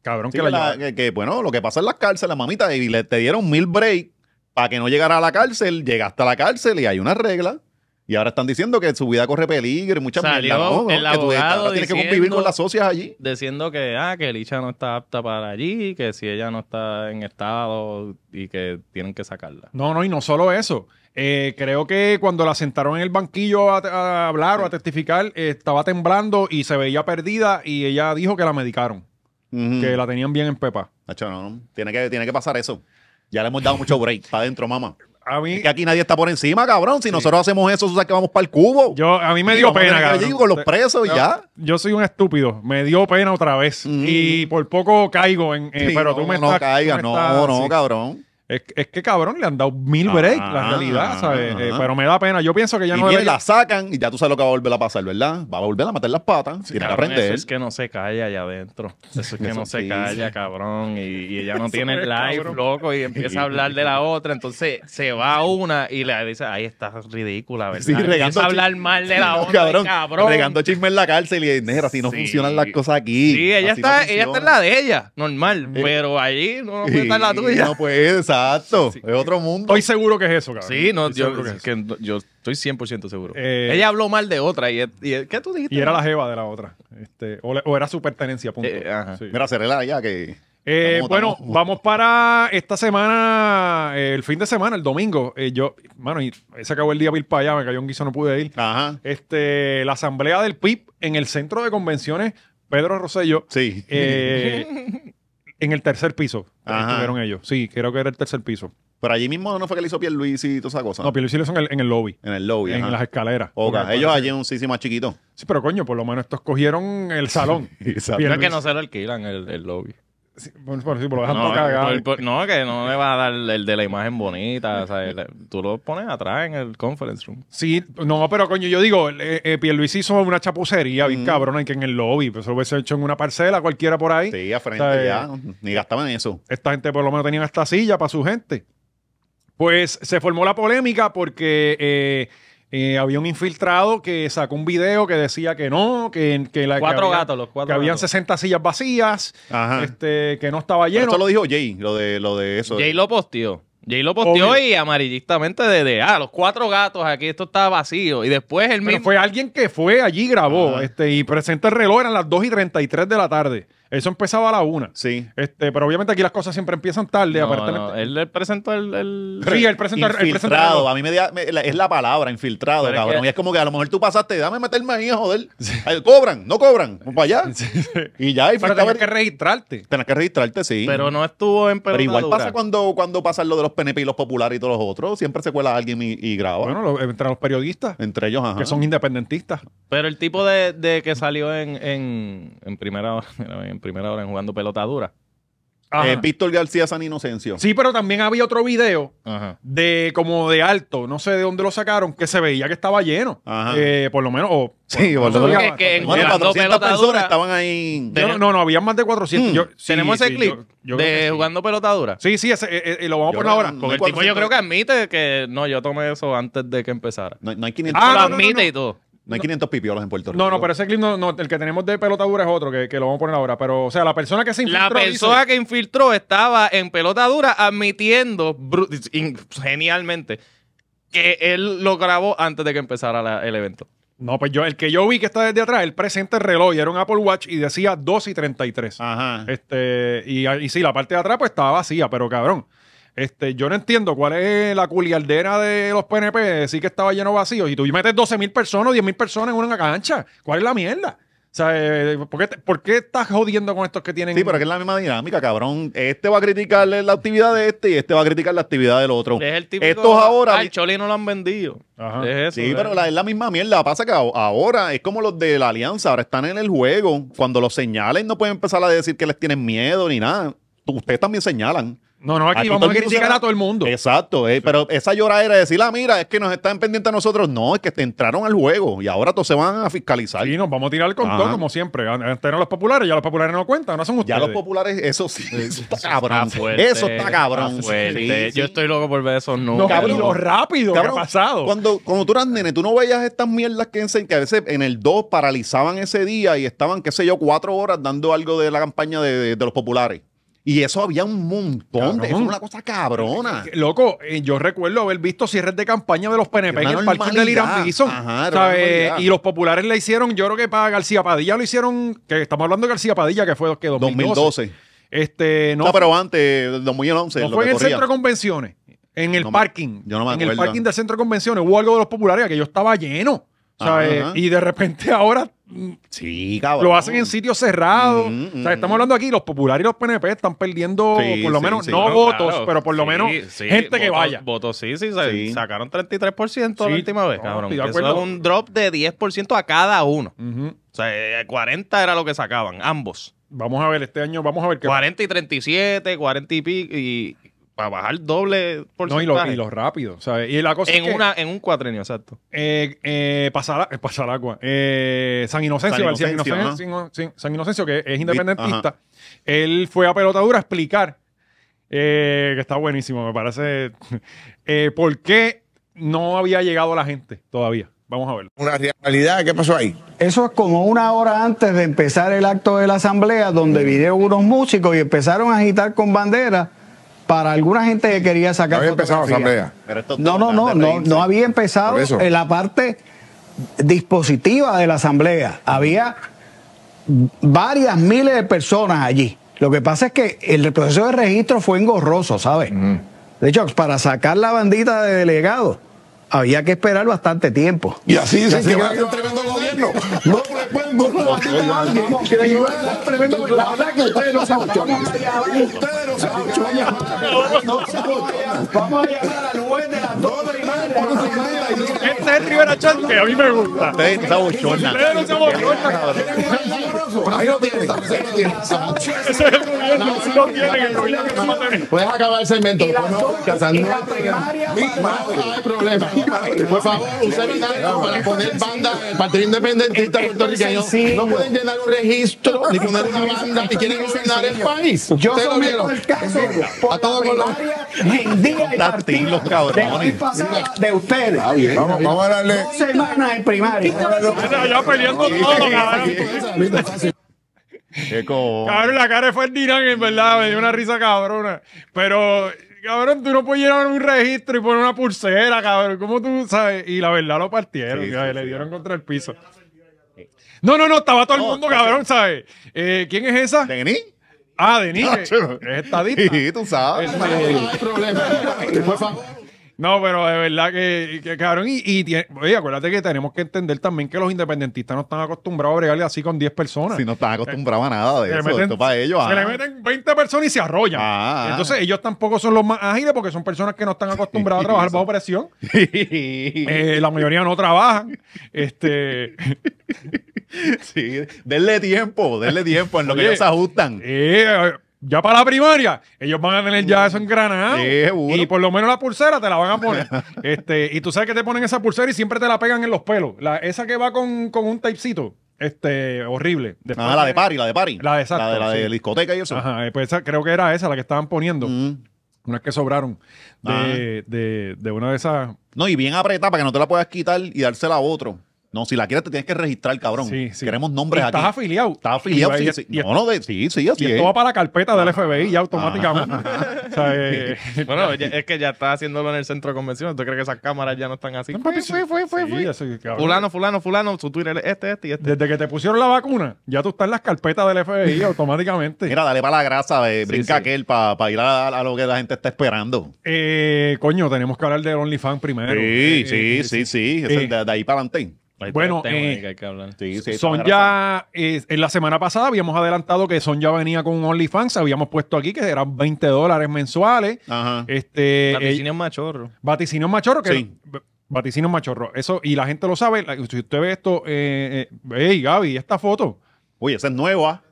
A: Cabrón,
C: Sí,
A: que la,
C: la-
A: lleva-
C: que, que, bueno, lo que pasa en las cárceles, mamita, y le te dieron mil break para que no llegara a la cárcel, llegaste a la cárcel y hay una regla. Y ahora están diciendo que su vida corre peligro y muchas
B: Salió
C: mierdas. No, no,
B: el
C: que tú
B: abogado
C: ahora tienes que
B: diciendo-
C: convivir con las socias allí.
B: Diciendo que, ah, que Licha no está apta para allí, que si ella no está en estado y que tienen que sacarla.
A: No, no, y no solo eso. Eh, creo que cuando la sentaron en el banquillo a, a hablar o a testificar, eh, estaba temblando y se veía perdida y ella dijo que la medicaron,
C: Ujú.
A: que la tenían bien en pepa.
C: Nacho, no, no. Tiene, que, tiene que pasar eso. Ya le hemos dado mucho break para adentro, mamá.
A: A mí,
C: Es que aquí nadie está por encima, cabrón. Si nosotros hacemos eso, tú sabes que vamos para el cubo.
A: yo, a mí me
C: Sí,
A: dio
C: vamos a tener
A: pena,
C: que
A: cabrón.
C: ir con los presos y
A: No,
C: ya.
A: Yo soy un estúpido, me dio pena otra vez
C: Mm.
A: y por poco caigo en... eh,
C: Sí,
A: pero
C: no,
A: tú me
C: no
A: estás... tú
C: caigas,
A: me
C: no,
A: estás-
C: no,
A: sí.
C: cabrón.
A: es, es que cabrón, le han dado mil break, la
C: Ah,
A: realidad, ¿sabes? Eh,
C: ajá.
A: pero me da pena, yo pienso que ya
C: y
A: no
C: vienen,
A: debería-
C: la sacan y ya tú sabes lo que va a volver a pasar, ¿verdad? Va a volver a matar las patas. tiene que
B: Cabrón,
C: aprender.
B: Eso es que no se calla allá adentro. Eso es que
C: Eso
B: no se
C: sí.
B: calla, cabrón. Y, y ella no
A: Eso
B: tiene
A: es,
B: live,
A: cabrón.
B: loco, y empieza a hablar de la otra. Entonces se va a una y le dice, ay, estás ridícula,
C: [laughs]
B: ¿verdad?
C: Sí, regando
B: empieza a
C: chi-
B: hablar mal de
C: [laughs]
B: la
C: No,
B: otra, cabrón.
C: Regando chisme en la cárcel y negra, así no
B: Sí.
C: funcionan las cosas aquí.
B: Sí, ella
C: Así
B: está,
C: no
B: ella está en
C: funciona.
B: la de ella, normal. Pero allí no puede estar la
C: Sí,
B: tuya.
C: No puede, exacto. Es otro mundo.
A: Estoy seguro que es eso, cabrón.
B: Sí, no,
A: Estoy
B: yo,
A: seguro que es eso.
B: que no- yo estoy 100% seguro.
A: Eh,
B: Ella habló mal de otra. Y, y- ¿Qué tú dijiste?
A: Y era la jeva de la otra. Este, o, le- o era su pertenencia, punto.
B: Eh, ajá.
A: Sí.
C: Mira, cerrela ya que.
A: Eh,
C: estamos-
A: bueno,
C: estamos-
A: vamos para esta semana, eh, el fin de semana, el domingo. Eh, yo, mano, y se acabó el día para ir para allá, me cayó un guiso, no pude ir.
C: Ajá.
A: Este, la asamblea del PIB en el centro de convenciones, Pedro Rosselló,
C: Sí.
A: eh, en el tercer piso. Ahí
C: Ajá.
A: Estuvieron ellos. Sí, creo que era el tercer piso.
C: Pero allí mismo no fue que le hizo Pierluisi y toda esa cosa.
A: No, Pilo y Silvio son en el, en el lobby,
C: en el lobby.
A: en
C: Ah. ajá.
A: las escaleras.
C: Ok,
A: Porque-
C: Ellos allí en un sitio más chiquito.
A: Sí, pero coño, por lo menos estos cogieron el salón.
C: [laughs] Exacto.
B: Creo
A: Pierluisi.
B: que no se lo alquilan el, el lobby.
A: Sí, por, por- sí, por lo dejan
B: No, eh,
A: todo Ah, pues cagado.
B: por- por- no, que no le va a dar el de la imagen bonita. o sea, el- tú lo pones atrás en el conference room.
A: Sí, no, pero coño, yo digo, eh, eh, Pierluisi hizo una chapucería bien cabrona que en el lobby, pues eso lo hubiese hecho en una parcela cualquiera por ahí.
C: Sí, a frente
A: O sea, eh,
C: ya. Ni gastaban en eso.
A: Esta gente por lo menos tenían hasta silla para su gente. Pues se formó la polémica porque eh, eh, había un infiltrado que sacó un video que decía que no, que, que la, que
B: Cuatro
A: había-
B: gatos, los cuatro
A: que habían
B: gatos.
A: 60 sillas vacías,
C: Ajá.
A: este, que no estaba
C: Ah. Pero
A: lleno.
C: esto lo dijo Jay, lo de, lo de eso.
B: Jay lo posteó. Jay lo posteó
A: Obvio.
B: y amarillistamente de, de, ah, los cuatro gatos aquí, esto está vacío. Y después el
A: Pero
B: mismo.
A: fue alguien que fue allí, grabó,
C: Ajá.
A: este, y presenta el reloj, eran las 2 y 33 de la tarde. Eso empezaba a la 1.
C: Sí.
A: Este, pero obviamente aquí las cosas siempre empiezan tarde,
B: No,
A: aparentemente.
B: no, él le presentó el. el-
A: Sí, él presentó él presentó el
C: infiltrado.
A: reloj.
C: A mí me, da- me- la- es la palabra, infiltrado,
B: Pero es
C: cabrón.
B: que-
C: Y es como que a lo mejor tú pasaste, dame meterme ahí, joder. Ay, Cobran, no cobran, vamos para allá. Y ya,
A: Pero
C: infiltrado.
A: tenías que registrarte.
C: Tenés que registrarte, sí.
B: Pero no estuvo en
C: Pero igual
B: pelotadura.
C: pasa cuando, cuando pasa lo de los PNP y los populares y todos los otros. Siempre se cuela alguien y, y graba.
A: Bueno, lo- entre los periodistas,
C: Entre ellos, ajá. Eh,
A: que son independentistas.
B: Pero el tipo de, de que salió en, en, en primera hora, [laughs] mira, en primera hora en jugando pelotadura.
A: Ajá.
C: Eh, Víctor García San Inocencio.
A: Sí, pero también había otro video
B: Ajá.
A: de como de alto, no sé de dónde lo sacaron, que se veía que estaba lleno.
C: Ajá.
A: Eh, por lo menos, o-
C: Sí,
A: por-
C: por lo
A: no,
C: menos.
A: sabía-
B: Que- que-
C: Bueno,
B: Jugando
C: 400
B: pelotadura.
C: personas estaban ahí.
A: yo no- no, no, habían más de 400.
C: Mm.
A: Yo- sí,
B: Hmm. Tenemos ese
A: sí,
B: clip
A: yo- yo creo
B: de
A: que sí.
B: jugando pelotadura.
A: Sí, sí, ese, eh, eh, lo vamos a
C: Yo
A: poner
C: creo-
A: ahora.
C: no
B: Porque
C: hay
B: el tipo yo
C: 400.
B: creo que admite que no, yo tomé eso antes de que empezara.
C: No, no hay 500,
A: Ah,
B: lo
A: no, no,
B: admite
A: no, no.
B: y todo.
C: no hay 500 pipiolos en Puerto Rico.
A: No, no, pero ese clip no, no, el que tenemos de pelota dura es otro, que, que lo vamos a poner ahora. Pero, o sea, la persona que se infiltró
B: La
A: dice-
B: persona que infiltró estaba en pelota dura admitiendo bru- in- genialmente que él lo grabó antes de que empezara la- el evento.
A: No, pues yo, el que yo vi que está desde atrás, él presenta el reloj y era un Apple Watch y decía 2 y 33.
C: Ajá.
A: Este, y, y sí, la parte de atrás pues estaba vacía, pero cabrón. Este, yo no entiendo cuál es la culiardera de los PNP de decir que estaba lleno vacío. Y tú metes 12 mil personas, 10 mil personas en una cancha. ¿Cuál es la mierda? O sea, eh, ¿por qué, te- por qué estás jodiendo con estos que tienen?
C: Sí, pero que es la misma dinámica, cabrón. Este va a criticar la actividad de este y este va a criticar la actividad del otro.
B: Es el típico.
C: Estos ahora.
B: Al Choli no lo han vendido.
A: Ajá.
B: Es eso,
C: Sí,
B: ¿verdad?
C: pero la- es la misma mierda. Pasa que a- ahora es como los de la alianza, ahora están en el juego. Cuando los señalen, no pueden empezar a decir que les tienen miedo ni nada. Tú- Ustedes también señalan.
A: No, no, aquí,
C: Aquí
A: vamos
C: todo
A: a
C: el mundo
A: criticar
C: se-
A: a todo el mundo.
C: Exacto, eh, pero esa llora era decir, ah, mira, es que nos están pendientes a nosotros. No, es que te entraron al juego y ahora todos se van a fiscalizar.
A: Y nos vamos a tirar con todo,
C: Ajá.
A: como siempre. Antes eran los populares, ya los populares no cuentan, no son ustedes.
C: ya los populares, eso sí, eso está
B: Está
C: cabrón.
B: fuerte,
C: eso está cabrón.
B: fuerte.
C: Sí, sí.
B: Yo estoy loco por ver esos
A: No,
B: números.
A: cabrón,
C: Cabrón.
A: y lo rápido
C: Cabrón,
A: que ha pasado.
C: Cuando, cuando tú eras nene, tú no veías estas mierdas que, ense- que a veces en el 2 paralizaban ese día y estaban, qué sé yo, cuatro horas dando algo de la campaña de, de- de los populares. Y eso había un montón.
A: Cabrón.
C: de- Eso era una cosa cabrona.
A: Loco, eh, yo recuerdo haber visto cierres de campaña de los PNP en
C: Una
A: el parking del
C: normalidad.
A: Irán Bison.
C: Ajá, era
A: ¿sabes?
C: una normalidad.
A: Y los populares le hicieron, yo creo que para García Padilla lo hicieron, que estamos hablando de García Padilla, que fue que 2012.
C: 2012.
A: Este, no,
C: No, pero antes, 2011.
A: no
C: lo
A: fue
C: que
A: en el
C: corría.
A: centro de convenciones, en el
C: No me-
A: parking.
C: yo no me
A: en el
C: acuerdo.
A: parking del centro de convenciones hubo algo de los populares que yo estaba lleno. ¿sabes?
C: Ajá, ajá.
A: Y de repente ahora mm,
C: Sí, cabrón.
A: lo hacen en sitios cerrados.
C: Ujú,
A: O sea,
C: ujú.
A: estamos hablando aquí, los populares y los PNP están perdiendo
C: Sí,
A: por lo
C: sí,
A: menos,
C: sí.
A: no
B: Bueno,
A: votos,
B: claro,
A: pero por lo
B: sí,
A: menos
B: sí,
A: gente que
B: votos-
A: vaya.
B: Votos sí, sí, se-
C: Sí.
B: sacaron 33%
A: Sí,
B: la última vez,
A: no,
B: cabrón.
A: estoy de
B: Eso
A: acuerdo.
B: es un drop de 10% a cada uno.
A: Ujú.
B: O sea, eh, 40 era lo que sacaban, ambos.
A: Vamos a ver este año, vamos a ver qué
B: 40 y 37, 40 y pico, y para bajar doble
A: No, y
B: porcentaje.
A: lo, y lo rápido, ¿sabes? Y la cosa
B: en,
A: es que,
B: una, en un cuatrenio,
A: [laughs]
B: exacto.
A: eh, eh, pasar, a- eh, pasar agua. Eh, San Inocencio,
C: San
A: García
C: Inocencio,
A: Inocencio, Sin- San Inocencio, que es independentista,
C: Ajá.
A: él fue a pelotadura a explicar, eh, que está buenísimo, me parece, [laughs] eh, por qué no había llegado la gente todavía. Vamos a verlo.
G: Una realidad, ¿qué pasó ahí?
H: Eso es como una hora antes de empezar el acto de la asamblea, donde vinieron unos músicos y empezaron a agitar con banderas para alguna gente que quería
G: No
H: sacar.
G: había empezado la
H: fotografías.
G: asamblea.
C: Pero esto-
H: No, no, no, no, no había empezado
G: Por eso.
H: en la parte dispositiva de la asamblea. Había varias miles de personas allí. Lo que pasa es que el proceso de registro fue engorroso, ¿sabes? De hecho, para sacar la bandita de delegado había que esperar bastante tiempo.
G: Y así dicen
H: Así
G: que
H: que-
G: va a ser un tremendo gobierno. No le pueden borrar la bandera a alguien. Y va a ser un tremendo gobierno. La verdad que ustedes no saben. Ustedes no saben. No saben.
H: Vamos a llamar al juez de las dos primarias.
G: Por eso, mira, y-
A: Ese es el Rivera Chat que a mí me gusta.
C: Ustedes está bochorna.
A: Ustedes no se bochornan.
G: Ahí lo tienes, ahí lo tienes.
A: Ese es el gobierno. Si no tienen el gobierno que no va a tener.
G: Puedes acabar el segmento.
H: Y la
G: Pues no,
H: zona-
G: Casas,
H: y
G: no
H: la
G: hay
H: primaria
G: problema. Mi madre, no hay problema. Por favor, usen el algo para poner banda en el Partido Independentista
H: Eh,
G: Puertorriqueño. No pueden llenar un registro ni poner una banda y quieren gobernar el país.
H: Yo
G: Ustedes lo
H: someto
G: vieron.
H: el caso
G: A
H: por
G: todos
H: la
G: con los-
H: primaria,
G: [laughs]
H: Mendía y
C: Está
H: Martín,
C: los
H: de la
C: cabrones.
H: vez pasada de ustedes.
I: Vamos, vamos a darle.
H: Dos semanas en primaria.
A: Mira, Ya peleando todo, cabrón.
C: Qué co-
A: Cabrón, la cara de Ferdinand, en verdad, me dio una risa cabrona. Pero, cabrón, tú no puedes llenar un registro y poner una pulsera, cabrón. ¿Cómo tú sabes? Y la verdad lo partieron,
C: Sí,
A: ¿sabes? le dieron contra el piso. No, no, no, estaba todo el
C: No,
A: mundo,
C: está-
A: cabrón, ¿sabes? Eh, ¿Quién es esa?
C: ¿Denis?
A: Ah, Denise.
C: Nacho.
A: Es estadista.
C: Sí, tú sabes.
G: No hay problema. Por favor.
A: No, pero de verdad que, que cabrón. Y, y tiene- oye, acuérdate que tenemos que entender también que los independentistas no están acostumbrados a bregarle así con 10 personas.
C: Si no están acostumbrados a nada de
A: Se le
C: eso,
A: meten-
C: esto es para ellos.
A: Se le
C: ah. [laughs]
A: meten 20 personas y se arrollan.
C: Ah.
A: Entonces, ellos tampoco son los más ágiles porque son personas que no están acostumbradas a trabajar bajo presión. Eh, la mayoría no trabajan.
C: [laughs]
A: Este,
C: Sí, denle tiempo, denle tiempo en lo que
A: Oye.
C: ellos se ajustan.
A: eh, ya para la primaria, ellos van a tener ya eso engranado.
C: Sí, seguro.
A: y por lo menos la pulsera te la van a
C: [laughs]
A: poner. este, y tú sabes que te ponen esa pulsera y siempre te la pegan en los pelos. La, esa que va con, con un tapecito. Este, horrible. Después-
C: Ah, la de party, la de party.
A: La de exacto,
C: La de, la de
A: sí.
C: discoteca y eso.
A: Ajá, eh, pues esa- creo que era esa la que estaban poniendo.
C: Mm. Ah.
A: Unas que sobraron de, de- de una de esas.
C: No, y bien apretada para que no te la puedas quitar y dársela a otro. No, si la quieres te tienes que registrar, cabrón.
A: Sí, sí.
C: Queremos nombres
A: Y
C: aquí.
A: Estás afiliado.
C: Estás afiliado,
A: Y-
C: sí,
A: y-
C: sí.
A: y-
C: no, Ah. no, de, sí, sí,
A: y
C: así es.
A: esto va para la carpeta del FBI ya
C: [laughs]
A: automáticamente. O sea, eh,
B: Bueno, ya- es que ya está haciéndolo en el centro de convenciones. ¿Tú crees que esas cámaras ya no
A: [laughs]
B: están así? Fue, fue, fue, fue,
A: sí,
B: fue.
A: así, cabrón.
B: Fulano, fulano, fulano. Su Twitter es este, este y este.
A: Desde que te pusieron la vacuna, ya tú estás en las carpetas del
C: [laughs]
A: FBI automáticamente.
C: Mira, dale para la grasa, eh, brinca
B: sí.
C: aquel para ir a, a lo que la gente está esperando.
A: Eh, coño, tenemos que hablar de OnlyFans primero.
C: Sí,
A: Eh,
C: sí,
A: eh,
C: sí, sí. Es
A: eh.
C: el de, de ahí para adelante.
A: Bueno,
B: Tema
A: eh,
B: que hay que hablar.
C: Sí, sí, ahí
A: Son
C: para la grasa.
A: ya, eh, en la semana pasada habíamos adelantado que Son ya venía con un OnlyFans, habíamos puesto aquí que eran 20 dólares mensuales.
C: Ajá.
A: Este,
B: La
A: eh,
B: piscina es machorro.
A: Vaticinios Machorro, que
C: Sí.
A: b- Vaticinios Machorro. Eso, y la gente lo sabe. la- Si usted ve esto, eh, eh, hey, Gaby, esta foto.
C: Oye, esa es nueva.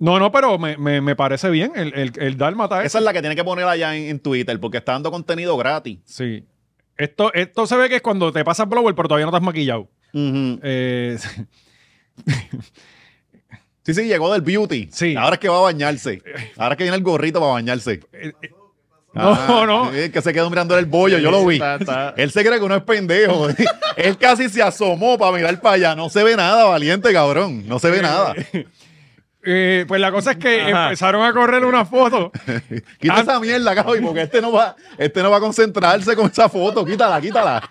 A: No, no, pero me, me- me parece bien. El, el, el Dálmata es.
C: Esa es la que tiene que poner allá en, en Twitter porque está dando contenido gratis.
A: Sí. Esto, esto se ve que es cuando te pasas blower, pero todavía no te has maquillado.
C: Ujú.
A: Eh, [laughs]
C: Sí, sí, llegó del beauty.
A: Sí. Eh.
C: Ahora es que va a bañarse. Ahora es que viene el gorrito para bañarse.
A: no,
C: Ah,
A: no.
C: [laughs] es que se quedó mirando el bollo, yo lo vi.
B: Está- está-
C: Él se cree que uno es pendejo. [laughs] Él casi se asomó para mirar para allá. No se ve nada, valiente cabrón. No se ve nada.
A: Eh, pues la cosa es que
B: Ajá.
A: empezaron a correr una foto. Ah.
C: Quita esa mierda, Gaby, porque este no va, este no va a concentrarse con esa foto. Quítala, quítala.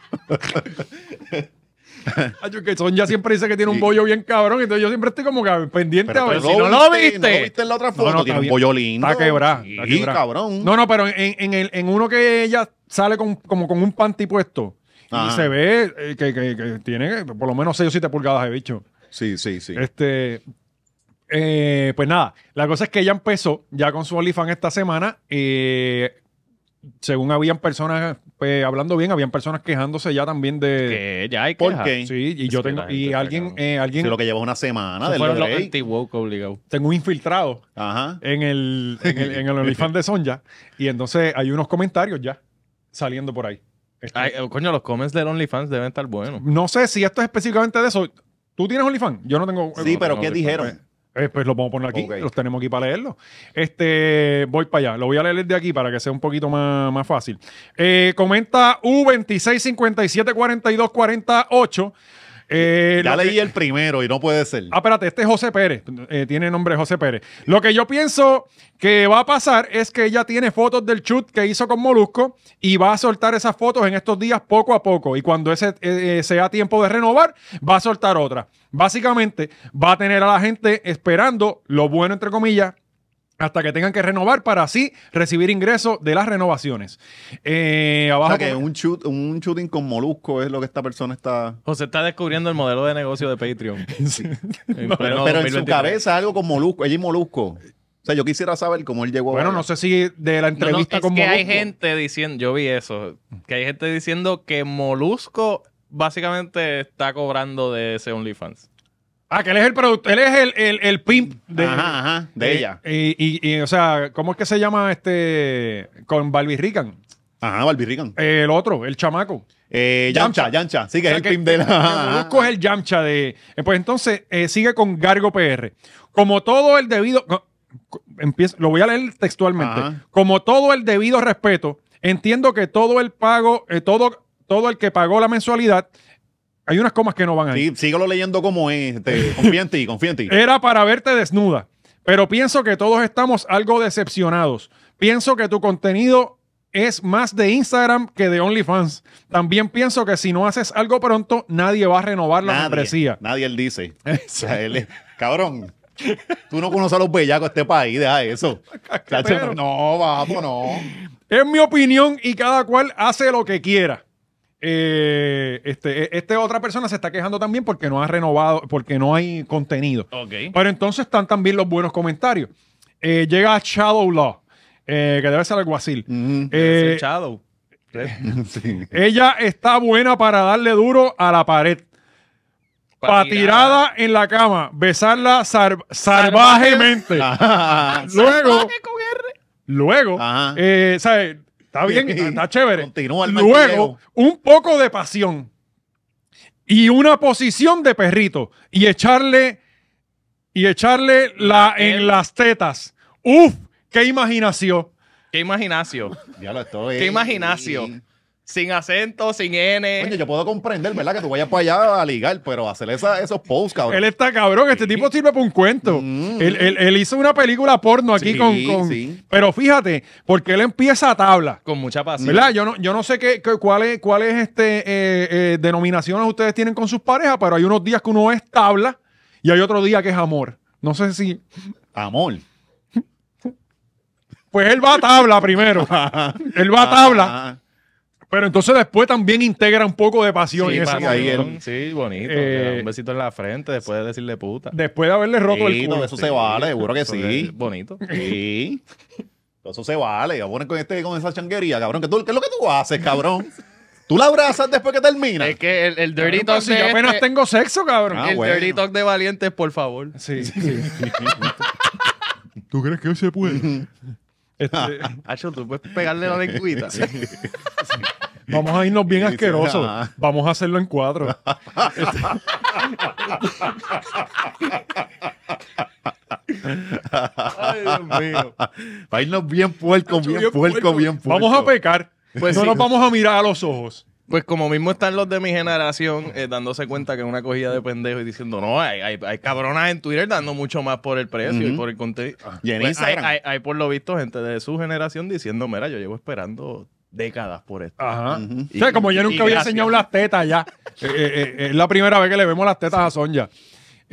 A: Ay, que Son ya siempre dice que tiene un bollo bien cabrón, entonces yo siempre estoy como que pendiente a ver.
C: pero
A: si
C: no
A: no lo
C: viste,
A: viste.
C: no lo viste en la otra foto, tiene
A: está
C: un
A: bien.
C: bollo lindo.
A: Está quebrada.
C: Sí,
A: está quebrada.
C: cabrón.
A: No, no, pero en, en, el- en uno que ella sale con, como con un panty puesto
C: Ajá.
A: y se ve eh, que, que- que tiene por lo menos 6 o 7 pulgadas de bicho.
C: Sí, sí, sí.
A: Este. eh, pues nada, la cosa es que ella empezó ya con su OnlyFans esta semana. eh, según habían personas pues, hablando bien, habían personas quejándose ya también de.
B: Que ya hay que
C: ¿Por
B: dejar.
C: qué?
A: Sí, y
B: Es
A: yo
B: que
A: tengo.
B: la gente
A: Y
B: está
A: alguien,
B: cabrón.
A: eh, alguien
C: Sí, lo que lleva una semana
B: Esos
C: del
B: Fueron los
C: break.
B: anti-woke obligados.
A: tengo un infiltrado
C: Ajá.
A: en el, en el, en el OnlyFans de Sonja. Y entonces hay unos comentarios ya saliendo por ahí. Este,
B: Ay, eh, coño, los comments del OnlyFans deben estar buenos.
A: No sé si esto es específicamente de eso. ¿Tú tienes OnlyFans? Yo no tengo.
C: Sí,
A: eh,
C: pero
B: no,
C: ¿qué
B: no,
C: dijeron?
A: eh, pues los vamos a poner aquí.
C: Ok.
A: Los tenemos aquí para leerlos. Este, voy para allá. Lo voy a leer de aquí para que sea un poquito más, más fácil. Eh, comenta U26574248. Eh,
C: Ya
A: lo que-
C: leí el primero y no puede ser.
A: Ah, espérate, este es José Pérez. Eh, tiene nombre José Pérez. Lo que yo pienso que va a pasar es que ella tiene fotos del shoot que hizo con Molusco y va a soltar esas fotos en estos días poco a poco. Y cuando ese eh, eh, sea tiempo de renovar, va a soltar otra. Básicamente, va a tener a la gente esperando lo bueno, entre comillas, hasta que tengan que renovar para así recibir ingresos de las renovaciones. Eh,
C: O
A: abajo.
C: sea que
A: com-
C: un, shoot- un shooting con molusco es lo que esta persona
A: [laughs]
C: está.
B: José está descubriendo el modelo de negocio de Patreon. En
C: Pero,
B: pleno
C: pero en su
B: 2023.
C: cabeza algo con molusco, ella y molusco. O sea, yo quisiera saber cómo él llegó
A: Bueno,
C: a-
A: no sé si de la
B: No, no,
A: entrevista
B: es
A: con
B: que hay
A: Molusco.
B: gente diciendo, yo vi eso, que hay gente diciendo que Molusco básicamente está cobrando de ese OnlyFans.
A: Ah, que él es el productor, él es el, el, el pimp de,
C: Ajá, ajá, de
A: eh,
C: ella.
A: Y, y- y, o sea, ¿cómo es que se llama este con Barbie Rican?
C: Ajá, Barbie Reagan.
A: El otro, el chamaco.
C: Eh, Yancha, Yancha. Sí, que
A: O sea,
C: es el
A: [laughs]
C: pimp de la.
A: que Molusco es el Yamcha de. eh, Pues entonces eh, sigue con Gargo PR. Como todo el debido. co- co- empiezo- lo voy a leer textualmente.
C: Ajá.
A: Como todo el debido respeto, entiendo que todo el pago, eh, todo, todo el que pagó la mensualidad, hay unas comas que no van ahí.
C: Sí, síguelo leyendo como
A: [laughs]
C: es. Este, confía en ti, confía en ti.
A: Era para verte desnuda. Pero pienso que todos estamos algo decepcionados. Pienso que tu contenido es más de Instagram que de OnlyFans. También pienso que si no haces algo pronto, nadie va a renovar la membresía.
C: nadie él dice. O sea, él es- cabrón, tú no conoces a los bellacos de este país,
A: [laughs]
C: deja eso.
A: Casquetero.
C: no,
A: [laughs]
C: vamos, no.
A: Es mi opinión y cada cual hace lo que quiera. Eh, este, e- este otra persona se está quejando también porque no ha renovado, porque no hay contenido.
B: Ok.
A: Pero entonces están también los buenos comentarios. Eh, llega Shadow Law, eh, que debe ser alguacil.
C: Mm,
A: Eh,
B: Shadow.
C: [laughs] sí. [laughs]
A: Ella está buena para darle duro a la pared. Patirada en la cama. Besarla sar- salvajemente.
C: Ajá.
A: Luego. Luego.
C: Ajá.
A: eh, ¿sabes? Está bien, está chévere.
C: Continúa el
A: Luego,
C: martilleo.
A: un poco de pasión. Y una posición de perrito. Y echarle. Y echarle la en las tetas. ¡Uf! ¡Qué imaginación!
B: ¿Qué imaginacio?
C: Ya lo estoy.
B: ¿Qué imaginacio? Sin acento, sin N.
A: Eh.
C: Coño, yo puedo comprender, ¿verdad? Que tú vayas para allá a ligar, pero hacer esa- esos posts, cabrón.
A: Él está cabrón, este tipo sirve para un cuento.
C: Mm.
A: Él, él- él hizo una película porno aquí
C: Sí,
A: con, con-
C: sí.
A: Pero fíjate, porque él empieza a tabla.
B: Con mucha pasión.
A: ¿Verdad? Yo no, yo no sé qué, qué- cuál es, cuál es este eh, eh, denominaciones ustedes tienen con sus parejas, pero hay unos días que uno es tabla y hay otro día que es amor. No sé si.
C: Amor.
A: Pues él va a
C: [laughs]
A: tabla primero. él va a tabla.
C: Ajá.
A: Pero entonces después también integra un poco de pasión
B: Sí,
A: en esa
B: pasión.
C: ahí
A: relación.
C: él-
B: Sí, bonito.
A: Eh,
B: que da un besito en la frente después de decirle puta.
A: Después de haberle roto el
C: Sí,
A: culo.
C: todo eso se vale, seguro que
B: Eso es
C: sí.
B: Bonito.
C: Sí.
A: [laughs]
C: Eso se vale. Ahora con, este, con esa changuería, cabrón. ¿Qué, tú- qué es lo que tú haces, cabrón? ¿Tú la abrazas después que termina?
B: Es que el, el
A: Cabrón,
B: Dirty
A: pero
B: Talk
A: si yo
B: de
A: apenas
B: este-
A: tengo sexo, cabrón.
C: Ah,
B: el
C: bueno.
B: Dirty Talk de Valientes, por favor.
A: Sí, sí. ¿Tú crees que hoy se puede? [laughs] Este,
B: Hacho, tú puedes pegarle la lengüita.
A: vamos a irnos bien
C: Sí, sí,
A: asquerosos.
C: ajá.
A: Vamos a hacerlo en [laughs] cuatro.
B: Ay, Dios mío.
C: [laughs] Para irnos bien puerco, bien,
A: Bien
C: puerco,
A: puerco.
C: bien puerco.
A: Vamos a pecar.
B: Pues
A: no
B: sí.
A: nos vamos a mirar a los ojos.
B: Pues como mismo están los de mi generación eh, dándose cuenta que es una cogida de pendejo y diciendo, no, hay, hay, hay cabronas en Twitter dando mucho más por el precio y por el contenido.
C: Y en
B: Pues hay,
C: Instagram.
B: hay- hay, por lo visto gente de su generación diciendo, mira, yo llevo esperando décadas por esto.
A: Ajá.
C: Ujú.
A: O sea, como yo
B: Y-
A: nunca
B: y
A: había
B: gracias.
A: enseñado las tetas [laughs] ya. Eh, eh, eh, es la primera vez que le vemos las tetas a Sonja.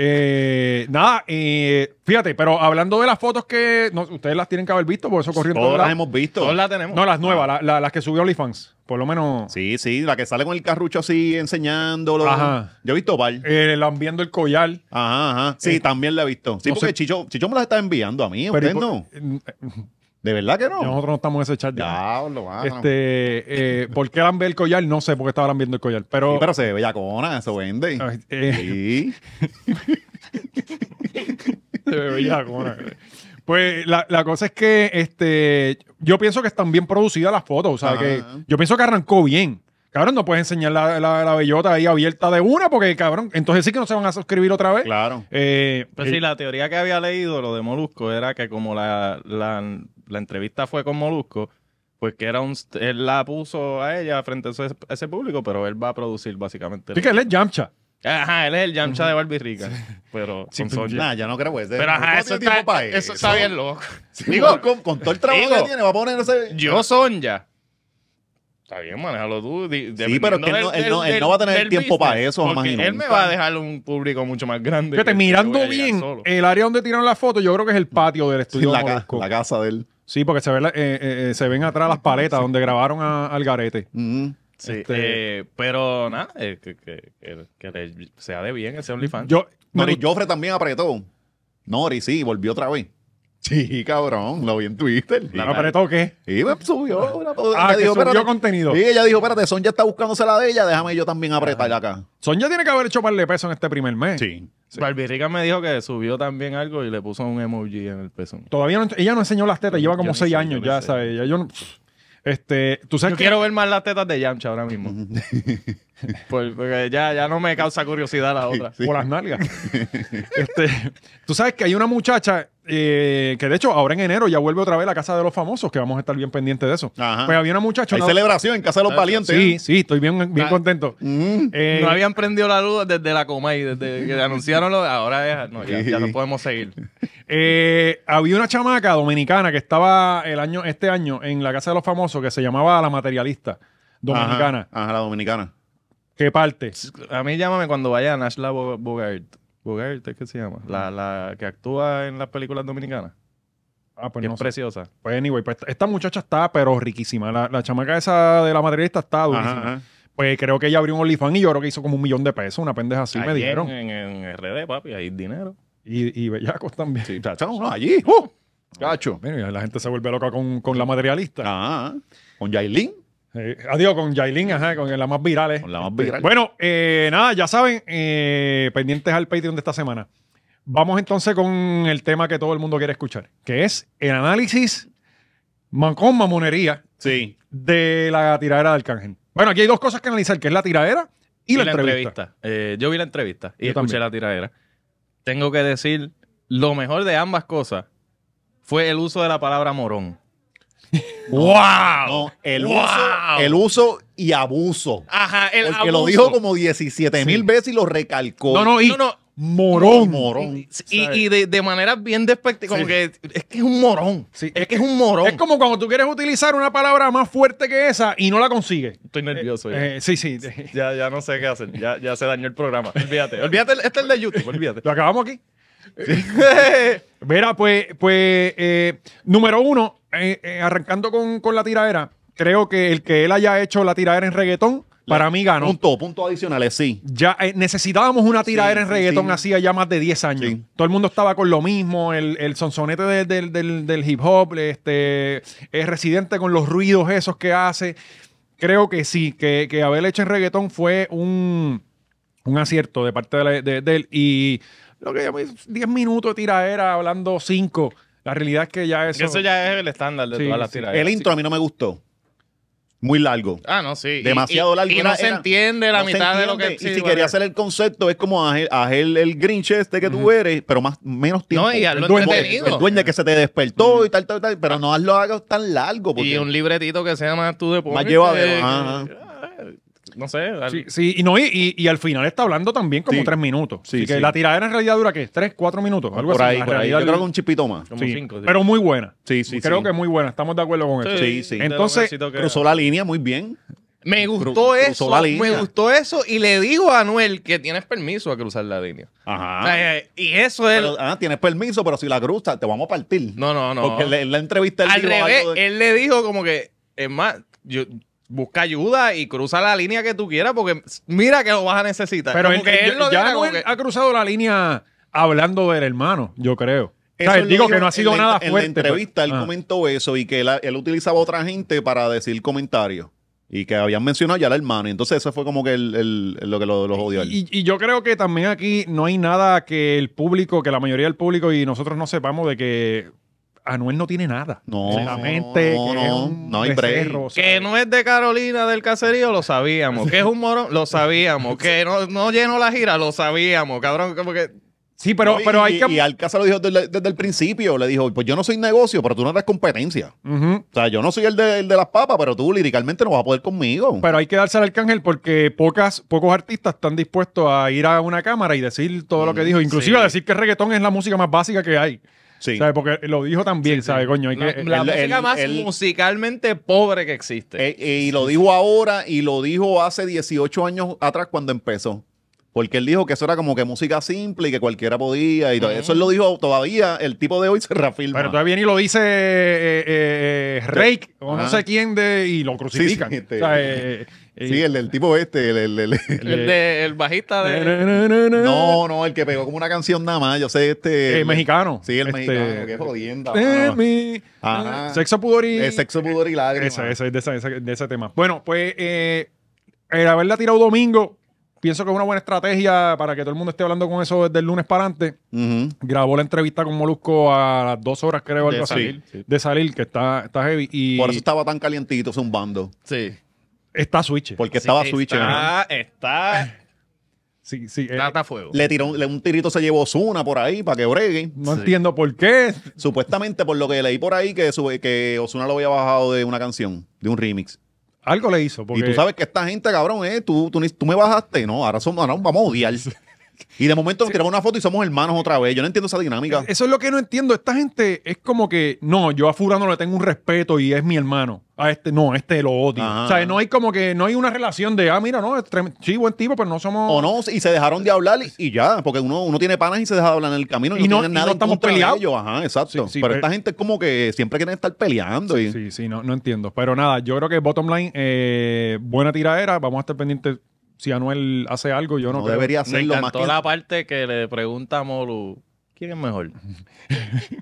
A: Eh, nada, eh, fíjate, pero hablando de las fotos que no, ustedes las tienen que haber visto, por eso corriendo.
C: Todas las hemos visto.
B: Todos la tenemos.
A: No, las nuevas, la- la- las que subió OnlyFans. Por lo menos
C: Sí, sí, la que sale con el carrucho así enseñándolo.
A: Ajá.
C: Yo he visto par.
A: eh, las viendo el collar.
C: Ajá, ajá. Sí,
A: Eh,
C: también la he visto. Sí,
A: no
C: porque
A: sé.
C: Chicho, Chicho me la está enviando a mí,
A: Pero
C: usted
A: y por-
C: no.
A: eh,
C: ¿De verdad que no?
A: Nosotros no estamos en ese chat ya.
C: Diablo, mano.
A: Este, eh, ¿Por qué lambe el collar? No sé por qué estaba lambiendo el collar, pero...
C: Sí, pero se ve bellacona, eso vende.
A: Ay, eh,
C: Sí.
A: [laughs] se ve bellacona. Pues la, la cosa es que este, yo pienso que están bien producidas las fotos. O sea,
C: Ajá.
A: que yo pienso que arrancó bien. Cabrón, no puedes enseñar la, la, la bellota ahí abierta de una porque, cabrón, entonces sí que no se van a suscribir otra vez.
C: Claro.
A: Eh,
B: Pues
A: eh,
B: sí, la teoría que había leído, lo de Molusco, era que como la, la, la entrevista fue con Molusco, pues que era un... Él la puso a ella frente a ese, a ese público, pero él va a producir básicamente...
A: sí que él es Yamcha.
B: Ajá, él es el Yamcha de Barbie Rica, pero
A: Sí,
B: con
A: pues,
B: Soulja.
C: Nah, yo no creo ese.
B: Pero ajá,
C: no
B: eso
C: tiene tiempo
B: está,
C: para
B: eso está bien loco.
C: Digo, con, con todo el trabajo que
B: digo,
C: tiene, va a poner ese.
B: Yo Sonja. Está bien, manéjalo tú. di-
C: Sí, pero es que él no-
B: dependiendo
C: él no- él
B: del-
C: no va a tener
B: del
C: tiempo
B: business,
C: para eso,
B: porque
C: imagino.
B: Él me va a dejar un público mucho más grande.
A: Fíjate,
B: que- que
A: mirando
B: voy a llegar
A: bien
B: solo.
A: el área donde tiraron la foto, yo creo que es el patio del
C: Sí,
A: estudio.
C: [laughs] la,
A: de
C: ca-
A: Molusco.
C: la casa de él.
A: Sí, porque se, ve la- eh, eh, eh, se ven atrás las paletas donde grabaron a- al garete.
C: Mm.
B: Sí,
A: Este-
B: eh, pero nada, eh, que, que- que- que le sea de bien ese OnlyFans.
A: Yo,
C: Nori
A: me gust-
C: Joffre también apretó. Nori, sí, volvió otra vez. Sí, cabrón, lo vi en Twitter.
A: No lo apretó, ¿qué?
C: Y me subió. una-
A: Ah,
C: ella
A: que subió contenido.
C: Sí, ella dijo, espérate, Son ya está buscándose la de ella, déjame yo también apretarla acá.
A: Sonia tiene que haber hecho par de pesos en este primer mes.
C: Sí.
B: Barbirrica me dijo que subió también algo y le puso un emoji en el pezón.
A: Todavía no, ella no enseñó las tetas, lleva como
B: no
A: seis
B: sé,
A: años
B: yo no
A: ya,
B: sé.
A: ¿sabes? Ya yo no- este, tú sabes
B: Yo
A: que-
B: quiero ver más las tetas de Yamcha
A: [laughs]
B: ahora mismo. Por- porque ya, ya no me causa curiosidad la otra.
A: por las
B: [laughs]
A: nalgas. Este, tú sabes que hay una muchacha eh, que de hecho ahora en enero ya vuelve otra vez a la casa de los famosos, que vamos a estar bien pendientes de eso.
C: Ajá.
A: Pues había una muchacha.
C: Hay
A: una-
C: celebración en Casa de los Valientes.
A: sí, sí, estoy bien, bien
B: Ah.
A: contento. Eh,
B: No habían prendido la luz desde la coma y
A: [laughs]
B: desde que anunciaron lo ahora es, no, ya, ya no podemos seguir.
A: eh, había una chamaca dominicana que estaba el año, este año en la casa de los famosos que se llamaba La Materialista
C: Ajá,
A: Dominicana.
C: Ajá, la dominicana.
A: ¿Qué parte?
B: A mí llámame cuando vaya Nashla Bo- Bogart. Bogart es que se llama, la, la que actúa en las películas dominicanas,
A: Ah, pues
B: que
A: no
B: es
A: sé.
B: preciosa.
A: Pues anyway, pues esta muchacha está pero riquísima. La, la chamaca esa de la materialista está durísima.
C: Ajá, ajá.
A: Pues creo que ella abrió un OnlyFans y yo creo que hizo como un millón de pesos, una pendeja así,
B: Ahí
A: me
B: en-
A: dijeron.
C: eh.
B: En, en RD, papi, hay dinero.
A: Y, y bellacos también.
C: Sí, chacho, no, allí. ¡Uh! Cacho.
A: Mira, la gente se vuelve loca con, con la materialista.
C: Ajá. Ah, Con Yailin.
A: Eh, adiós, con Yailin, ajá, con la más viral. eh.
C: Con la más
A: Este,
C: viral.
A: Bueno, eh, nada, ya saben, eh, pendientes al Patreon de esta semana. Vamos entonces con el tema que todo el mundo quiere escuchar, que es el análisis man- con mamonería
C: Sí.
A: de la tiradera de Arcángel. Bueno, aquí hay dos cosas que analizar, que es la tiradera y, la, entrevista.
B: Eh, yo vi la entrevista y
A: Yo
B: escuché
A: también.
B: la tiradera. Tengo que decir, lo mejor de ambas cosas fue el uso de la palabra morón.
C: No, el, uso, el uso y abuso.
B: Ajá, el
C: Porque lo dijo como 17 mil
A: Ah, Sí.
C: veces y lo recalcó.
A: No, no, y
B: No, no.
A: morón.
C: Morón.
B: Y, y de, de manera bien despectiva, como que es que es un morón.
A: Sí,
B: es, que es un morón.
A: Es como cuando tú quieres utilizar una palabra más fuerte que esa y no la consigues.
B: Estoy nervioso. ya.
A: Eh, sí, sí. [laughs] eh,
B: ya, ya no sé qué hacer. Ya, ya se dañó el programa.
A: [laughs]
B: Olvídate. Olvídate. el- Este es el de YouTube. Olvídate.
A: Lo acabamos aquí. [laughs] Verá, pues, pues eh, número uno, eh, eh, arrancando con, con la tiradera, creo que el que él haya hecho la tiradera en reggaetón, para mí ganó.
C: Punto, punto adicionales, sí.
A: Ya eh, necesitábamos una tiradera
C: Sí,
A: en
C: sí,
A: reggaetón
C: sí.
A: hacía ya más de 10 años.
C: Sí.
A: Todo el mundo estaba con lo mismo, el, el sonsonete del, del- del- del hip hop, este, es residente con los ruidos esos que hace. Creo que sí, que, que haber hecho en reggaetón fue un, un acierto de parte de, la- de- de él. Y lo que llamé 10 minutos de tiradera, hablando 5. La realidad es que ya eso...
B: Eso ya es el estándar de
A: Sí,
B: todas las
A: sí.
B: tiraderas.
C: El intro a mí no me gustó. Muy largo.
B: Ah, no, sí. Y-
C: Demasiado
B: y-
C: largo.
B: Y, no
C: Era-
B: se
C: era-
B: entiende la
C: no se
B: mitad de lo que.
C: entiende.
B: sí,
C: y si
B: bueno.
C: quería hacer el concepto, es como a el, el Grinch este que tú eres, pero más menos tiempo.
B: No, y hazlo
C: el duende,
B: entretenido.
C: el duende que se te despertó y tal, tal, tal. Pero no hazlo hagas tan largo.
A: pues
C: Porque
B: Y un libretito que se llama Tú de
C: Más llevadero, ajá,
B: No sé. al-
A: Sí, sí, y, no, y, y- y al final está hablando también como
C: Sí.
A: 3 minutos.
C: Sí,
A: Así que
C: sí.
A: la tiradera en realidad dura, ¿qué? 3, 4 minutos, algo
C: por
A: así.
C: ahí,
A: La
C: por ahí. Yo
A: realidad-
C: creo que un chipito más.
B: Como
A: Sí,
B: cinco. sí.
A: Pero muy buena.
C: Sí, sí,
A: Creo
C: sí.
A: que muy buena. Estamos de acuerdo con eso.
C: Sí, sí.
B: de lo
A: Entonces,
B: mejorcito que-
C: Cruzó la línea muy bien.
B: Me
C: cruzó
B: gustó
C: la
B: eso.
C: línea.
B: Me gustó eso. Y le digo a Anuel que tienes permiso a cruzar la línea.
A: Ah.
B: O
C: Ajá.
B: sea, eh, y eso es.
C: Pero, ah, tienes permiso, pero si la cruzas, te vamos a partir.
B: No, no, no.
C: Porque le- en la entrevista él
B: Al
C: dijo
B: revés,
C: algo de-
B: él le dijo como que, es más, yo, busca ayuda y cruza la línea que tú quieras porque mira que lo vas a necesitar.
A: pero
B: Como
A: él,
B: que
A: él-
B: lo
A: ya
B: dijo como
A: Anuel
B: que-
A: ha cruzado la línea hablando del hermano, yo creo. O sea,
C: Eso él
A: digo
C: lo
A: que
C: dijo
A: no ha sido
C: en la-
A: nada fuerte.
C: En la entrevista él
A: pero- Ah.
C: comentó eso y que él, él utilizaba a otra gente para decir comentarios y que habían mencionado ya al hermano. Y entonces eso fue como que el, el- lo que lo, lo jodió a él.
A: Y, y yo creo que también aquí no hay nada que el público, que la mayoría del público y nosotros no sepamos de que Anuel no tiene nada.
C: No,
A: En la mente,
C: no,
A: que
C: no,
A: es un
C: no hay break.
A: becerro, o sea,
B: Que no es de Carolina del caserío, lo sabíamos. Que es un morón, lo sabíamos. Que no, no llenó la gira, lo sabíamos, cabrón. Como que
A: Sí, pero,
C: No, y-
A: pero hay
C: y-
A: que...
C: Y Alcázar lo dijo desde, desde el principio. Le dijo, pues yo no soy negocio, pero tú no eres competencia.
A: Ujú.
C: O sea, yo no soy el de, el de las papas, pero tú liricalmente no vas a poder conmigo.
A: Pero hay que darse al arcángel porque pocas, pocos artistas están dispuestos a ir a una cámara y decir todo lo que dijo. Inclusive
B: sí.
A: a decir que el reggaetón es la música más básica que hay.
C: Mm, sí.
A: ¿Sabes? Porque lo dijo también, ¿sabes, coño? Hay
B: la,
A: que, eh,
B: la
C: el-
B: música
C: el-
B: más
C: el-
B: musicalmente pobre que existe.
C: Eh, eh, y lo dijo ahora y lo dijo hace 18 años atrás cuando empezó. Porque él dijo que eso era como que música simple y que cualquiera podía. Y todo. Eso él lo dijo todavía. El tipo de hoy se reafirma.
A: Pero todavía ni lo dice eh, eh, eh, Rake o no
C: Ajá.
A: sé quién de, y lo crucifican.
C: Sí, sí, este-
A: O sea, eh, eh,
C: Sí, el del tipo este. el- el- el-
B: El, de- el bajista de.
C: eh, No, no, el que pegó como una canción nada más. Yo sé este.
A: Eh, mexicano.
C: Sí, el
A: Este- eh,
C: mexicano. Qué jodienda.
A: Let
C: mano.
A: me-
C: Ajá.
A: Sexo, pudor y...
C: El sexo, pudor y lágrimas.
A: Esa, esa, es de, esa- esa- de ese tema. Bueno, pues eh, el haberla tirado domingo, pienso que es una buena estrategia para que todo el mundo esté hablando con eso desde el lunes para adelante.
C: Ujú.
A: Grabó la entrevista con Molusco a las dos horas, creo, algo
B: de
A: así,
B: salir, sí.
A: de salir, que está, está heavy. Y
C: Por eso estaba tan calientito zumbando.
B: Sí.
A: está Switch.
C: Porque estaba
B: Sí,
C: switch. ¿no?
B: Está, Ah, [laughs] está.
A: Sí, sí, eh,
B: Trata fuego.
C: Le tiró le- un tirito, se llevó Osuna por ahí para que bregue.
A: no entiendo por qué.
C: Supuestamente, por lo que leí por ahí, que, su- que Osuna lo había bajado de una canción, de un remix.
A: Algo le hizo. Porque
C: Y tú sabes que esta gente, cabrón, eh, tú, tú, ni- tú me bajaste. No, ahora somos, ahora vamos a odiar. Y de momento nos tiramos una foto y somos hermanos otra vez. Yo no entiendo esa dinámica.
A: Eso es lo que no entiendo. Esta gente es como que, no, yo a Furano le tengo un respeto y es mi hermano. A este, no, a este lo odio.
C: Ajá.
A: O sea, no hay como que, no hay una relación de, ah, mira, no, es trem- sí, buen tipo, pero no somos...
C: O no, y se dejaron de hablar y, y ya, porque uno, uno tiene panas y se deja de hablar en el camino y,
A: Y
C: no,
A: no-
C: tienen
A: y
C: nada
A: no
C: en
A: estamos
C: contra de
A: peleados.
C: ellos, ajá, exacto.
A: Sí, sí, pero-
C: pero esta gente es como que siempre quieren estar peleando y
A: Sí, sí, no, no entiendo. Pero nada, yo creo que bottom line, eh, buena tiradera. Vamos a estar pendientes si Anuel hace algo. Yo no,
C: no
A: creo.
C: debería
B: Me
C: hacerlo más
B: encantó
C: que... [laughs]
B: la parte que le pregunta a Molu. ¿Quién es mejor?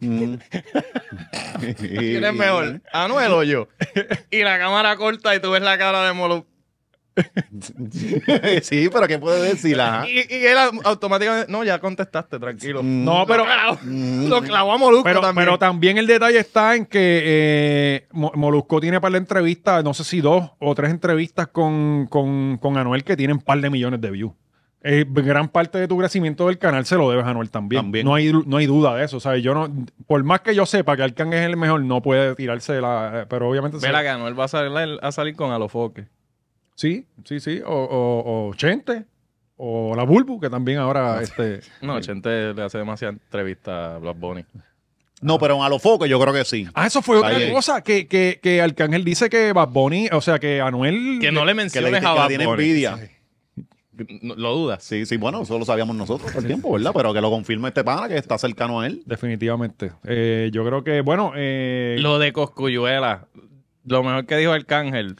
C: Mm.
B: ¿Quién es mejor? ¿Anuel o [laughs] yo? Y la cámara corta y tú ves la cara de Molu.
C: sí, pero ¿qué puede decir? Ajá.
B: Y, y él au- automáticamente. No, ya contestaste, tranquilo.
A: No,
B: Mm.
A: pero,
B: Lo clavó a Molusco
A: pero,
B: también.
A: pero también el detalle está en que eh, Mo- Molusco tiene para la entrevista, no sé si dos o tres entrevistas con, con, con Anuel que tienen un par de millones de views. Eh, gran parte de tu crecimiento del canal se lo debes a Anuel también.
C: También.
A: No, hay, no hay duda de eso. O sea, yo no, por más que yo sepa que Arcán es el mejor, no puede tirarse la. Pero obviamente. se-
B: Vela que Anuel va a salir, a salir con Alofoque.
A: Sí, sí, sí. O, o, o Chente, o la Bulbu, que también
C: Ah,
A: ahora este.
B: No, Chente le hace demasiada entrevista a Black Bunny.
C: No, pero a los focos yo creo que sí.
A: Ah, eso fue otra
C: Ahí, ahí.
A: cosa. Que, que, que Arcángel dice que Bad Bunny, o sea que Anuel.
B: Que no
C: Que
B: le
C: le,
B: menciones
C: que
B: a
C: le
B: Bad
C: tiene
B: Bunny.
C: envidia.
B: No, Lo dudas.
C: Sí, sí, bueno, eso lo sabíamos nosotros por el tiempo, ¿verdad? Pero que lo confirme este pana que está cercano a él.
A: Definitivamente. Eh, yo creo que, bueno, eh,
B: Lo de Coscuyuela. Lo mejor que dijo Arcángel.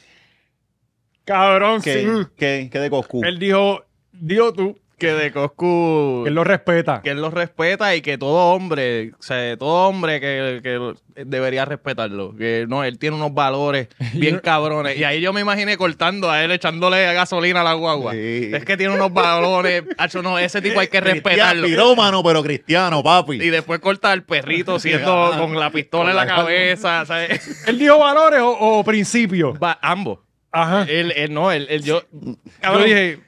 A: cabrón,
C: Que,
A: sí.
C: que, que de Coscu.
A: Él dijo, dijo tú,
B: Que de Coscu.
A: que él lo respeta.
B: que él los respeta y que todo hombre, o sea, todo hombre que, que debería respetarlo. Que no, él tiene unos valores [laughs] bien cabrones. Y ahí yo me imaginé cortando a él, echándole gasolina a la guagua.
C: Sí.
B: Es que tiene unos valores. [laughs] Hacho, no, ese tipo hay que
C: Cristiano,
B: respetarlo.
C: pirómano, pero cristiano, papi.
B: Y después corta al perrito siendo ah, con la pistola en la cabeza. ¿sabes?
A: Él dijo valores o, o principios.
B: Va- ambos.
A: Ajá.
B: Él, él no, él, él- yo.
A: Yo
B: Cabrón,
A: dije,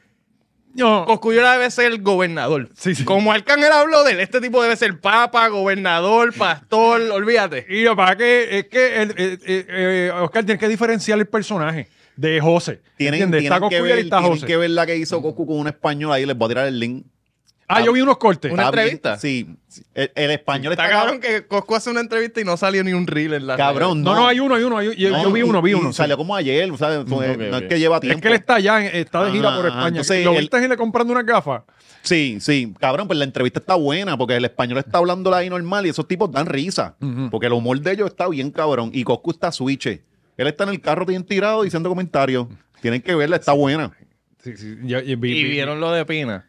A: no.
B: Coscuyola debe ser el gobernador.
A: Sí, sí.
B: Como Arcángel habló de él, este tipo debe ser papa, gobernador, pastor, olvídate.
A: Y lo que pasa es que, es que el- eh, eh, eh, Oscar tiene que diferenciar el personaje de José.
C: Tienen,
A: ¿Entiendes?
C: tienen
A: Está
C: que,
A: Coscu y
C: ver,
A: está
C: tienen
A: José.
C: que ver la que hizo Coscu con un español. Ahí les voy a tirar el link.
A: Ah, yo vi unos cortes.
B: Una
C: Está bien,
B: entrevista.
C: Sí. El, el español
B: Está cabrón que Cosco hace una entrevista y no salió ni un reel en la
C: Cabrón,
A: no, no, hay uno, hay uno. hay uno. Yo,
C: No,
A: yo vi
C: y-
A: uno, vi
C: y
A: uno. sí.
C: Salió como ayer, o sea, fue-
B: ok,
C: no es
B: ok.
C: que lleva tiempo.
A: Es que él está allá, eh, está de gira
C: Ajá,
A: por
C: ajá.
A: España.
C: Entonces,
A: lo
C: él-
A: viste en le comprando unas gafas.
C: Sí, sí, cabrón, pues la entrevista está buena porque el español está hablando ahí normal y esos tipos dan risa. Porque el humor de ellos está bien, cabrón. Y Coscu está switche. Él está en el carro bien tirado diciendo comentarios. Tienen que verla, está buena.
A: Sí, sí, ya- y vi-
B: Y
A: vi-
B: vieron lo de Pina.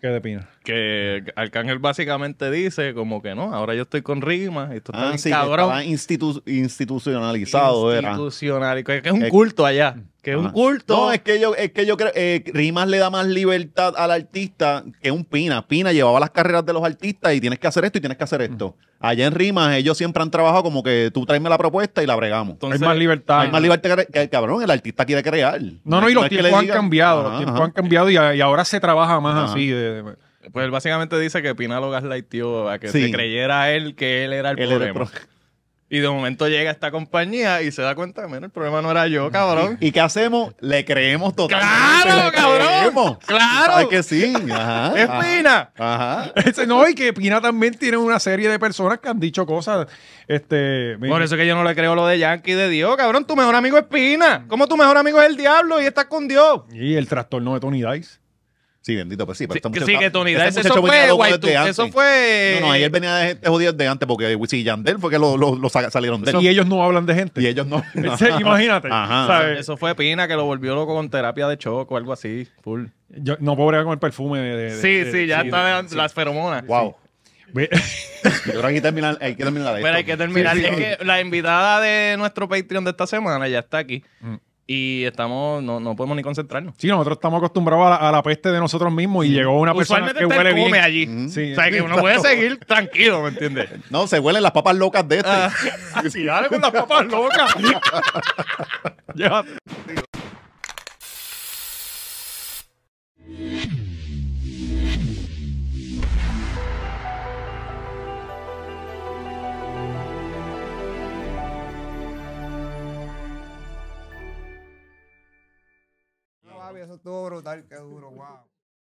A: ¿Qué de Pina?
B: Que Arcángel básicamente dice como que no, ahora yo estoy con Rima y esto está
C: Ah,
B: bien
C: sí, que
B: cabrón.
C: estaba institu- institucionalizado, era.
B: institucional. y Que que es un
C: Eh,
B: culto allá. Que es un
C: Ajá.
B: culto.
C: No, es que yo, es que yo creo, eh, Rimas le da más libertad al artista que un Pina. Pina llevaba las carreras de los artistas y tienes que hacer esto y tienes que hacer esto. Allá en Rimas ellos siempre han trabajado como que tú tráeme la propuesta y la bregamos.
B: Entonces,
A: hay más libertad.
B: Ah.
C: Hay más libertad que- que el cabrón, el artista quiere crear.
A: no, no, y los
C: es que le
A: tiempos han
C: digan-
A: cambiado.
C: Ajá,
A: los tiempos
C: ajá.
A: han cambiado y, y ahora se trabaja más
C: Ajá.
A: así. de- de-
B: Pues él básicamente dice que Pina lo gaslightó a que
C: Sí.
B: se creyera él que él era el
C: Él era
B: problema.
C: el
B: Y de momento llega esta compañía y se da cuenta, mira, el problema no era yo,
C: [laughs]
B: cabrón.
C: ¿Y qué hacemos? Le creemos totalmente.
B: ¡Claro,
C: le
B: cabrón!
C: creemos.
B: ¡Claro!
C: ¿Sabes que sí? Ajá.
B: [laughs] ¡Es
C: ajá,
B: Pina!
C: Ajá.
A: Ese- no, y que Pina también tiene una serie de personas que han dicho cosas. Este,
B: Por eso es que yo no le creo lo de Yankee de Dios, cabrón. Tu
C: Mm.
B: mejor amigo es Pina. ¿Cómo tu mejor amigo es el diablo y estás con Dios?
A: Y el trastorno de Tony Dice.
C: Sí, bendito, pues sí. Pero
B: Sí,
C: este
B: que-
C: muchacho
B: sí, que
C: estaba-
B: Tony
C: este
B: Dice,
C: muchacho
B: eso
C: venía
B: fue
C: loco
B: guay,
C: desde
B: tú,
C: antes.
B: eso fue-
C: No, no, ayer venía de este jodido de antes porque sí, Yandel fue que lo, lo- lo saca- salieron de él.
A: Y ellos no hablan de gente.
C: Y ellos
B: [laughs]
C: no.
A: Imagínate.
C: Ajá.
A: ¿sabes?
B: Eso fue Pina que lo volvió loco con terapia de choco o algo así. Full.
A: Yo no puedo bregar con el perfume de. de-
B: Sí,
A: de-
B: sí, ya
A: sí,
B: está
A: sí.
B: las feromonas.
C: Wow.
A: Ve-
C: Yo creo que hay que terminar, hay que terminar esto.
B: Pero hay que terminar.
C: Sí, sí.
B: Es que la invitada de nuestro Patreon de esta semana ya está aquí.
C: Mm.
B: Y estamos, no, no podemos ni concentrarnos.
A: Sí, nosotros estamos acostumbrados a la, a la peste de nosotros mismos y llegó una persona
B: Usualmente
A: que
B: está
A: huele
B: el
A: bien.
B: come
C: Mm.
B: allí.
A: Sí. [laughs]
B: O sea, que uno puede seguir tranquilo, ¿me entiendes?
C: No, se huelen las papas locas de este.
B: Ah.
C: [laughs]
A: Así, dale con las papas locas. Llévate.
I: Eso estuvo brutal, qué duro, wow.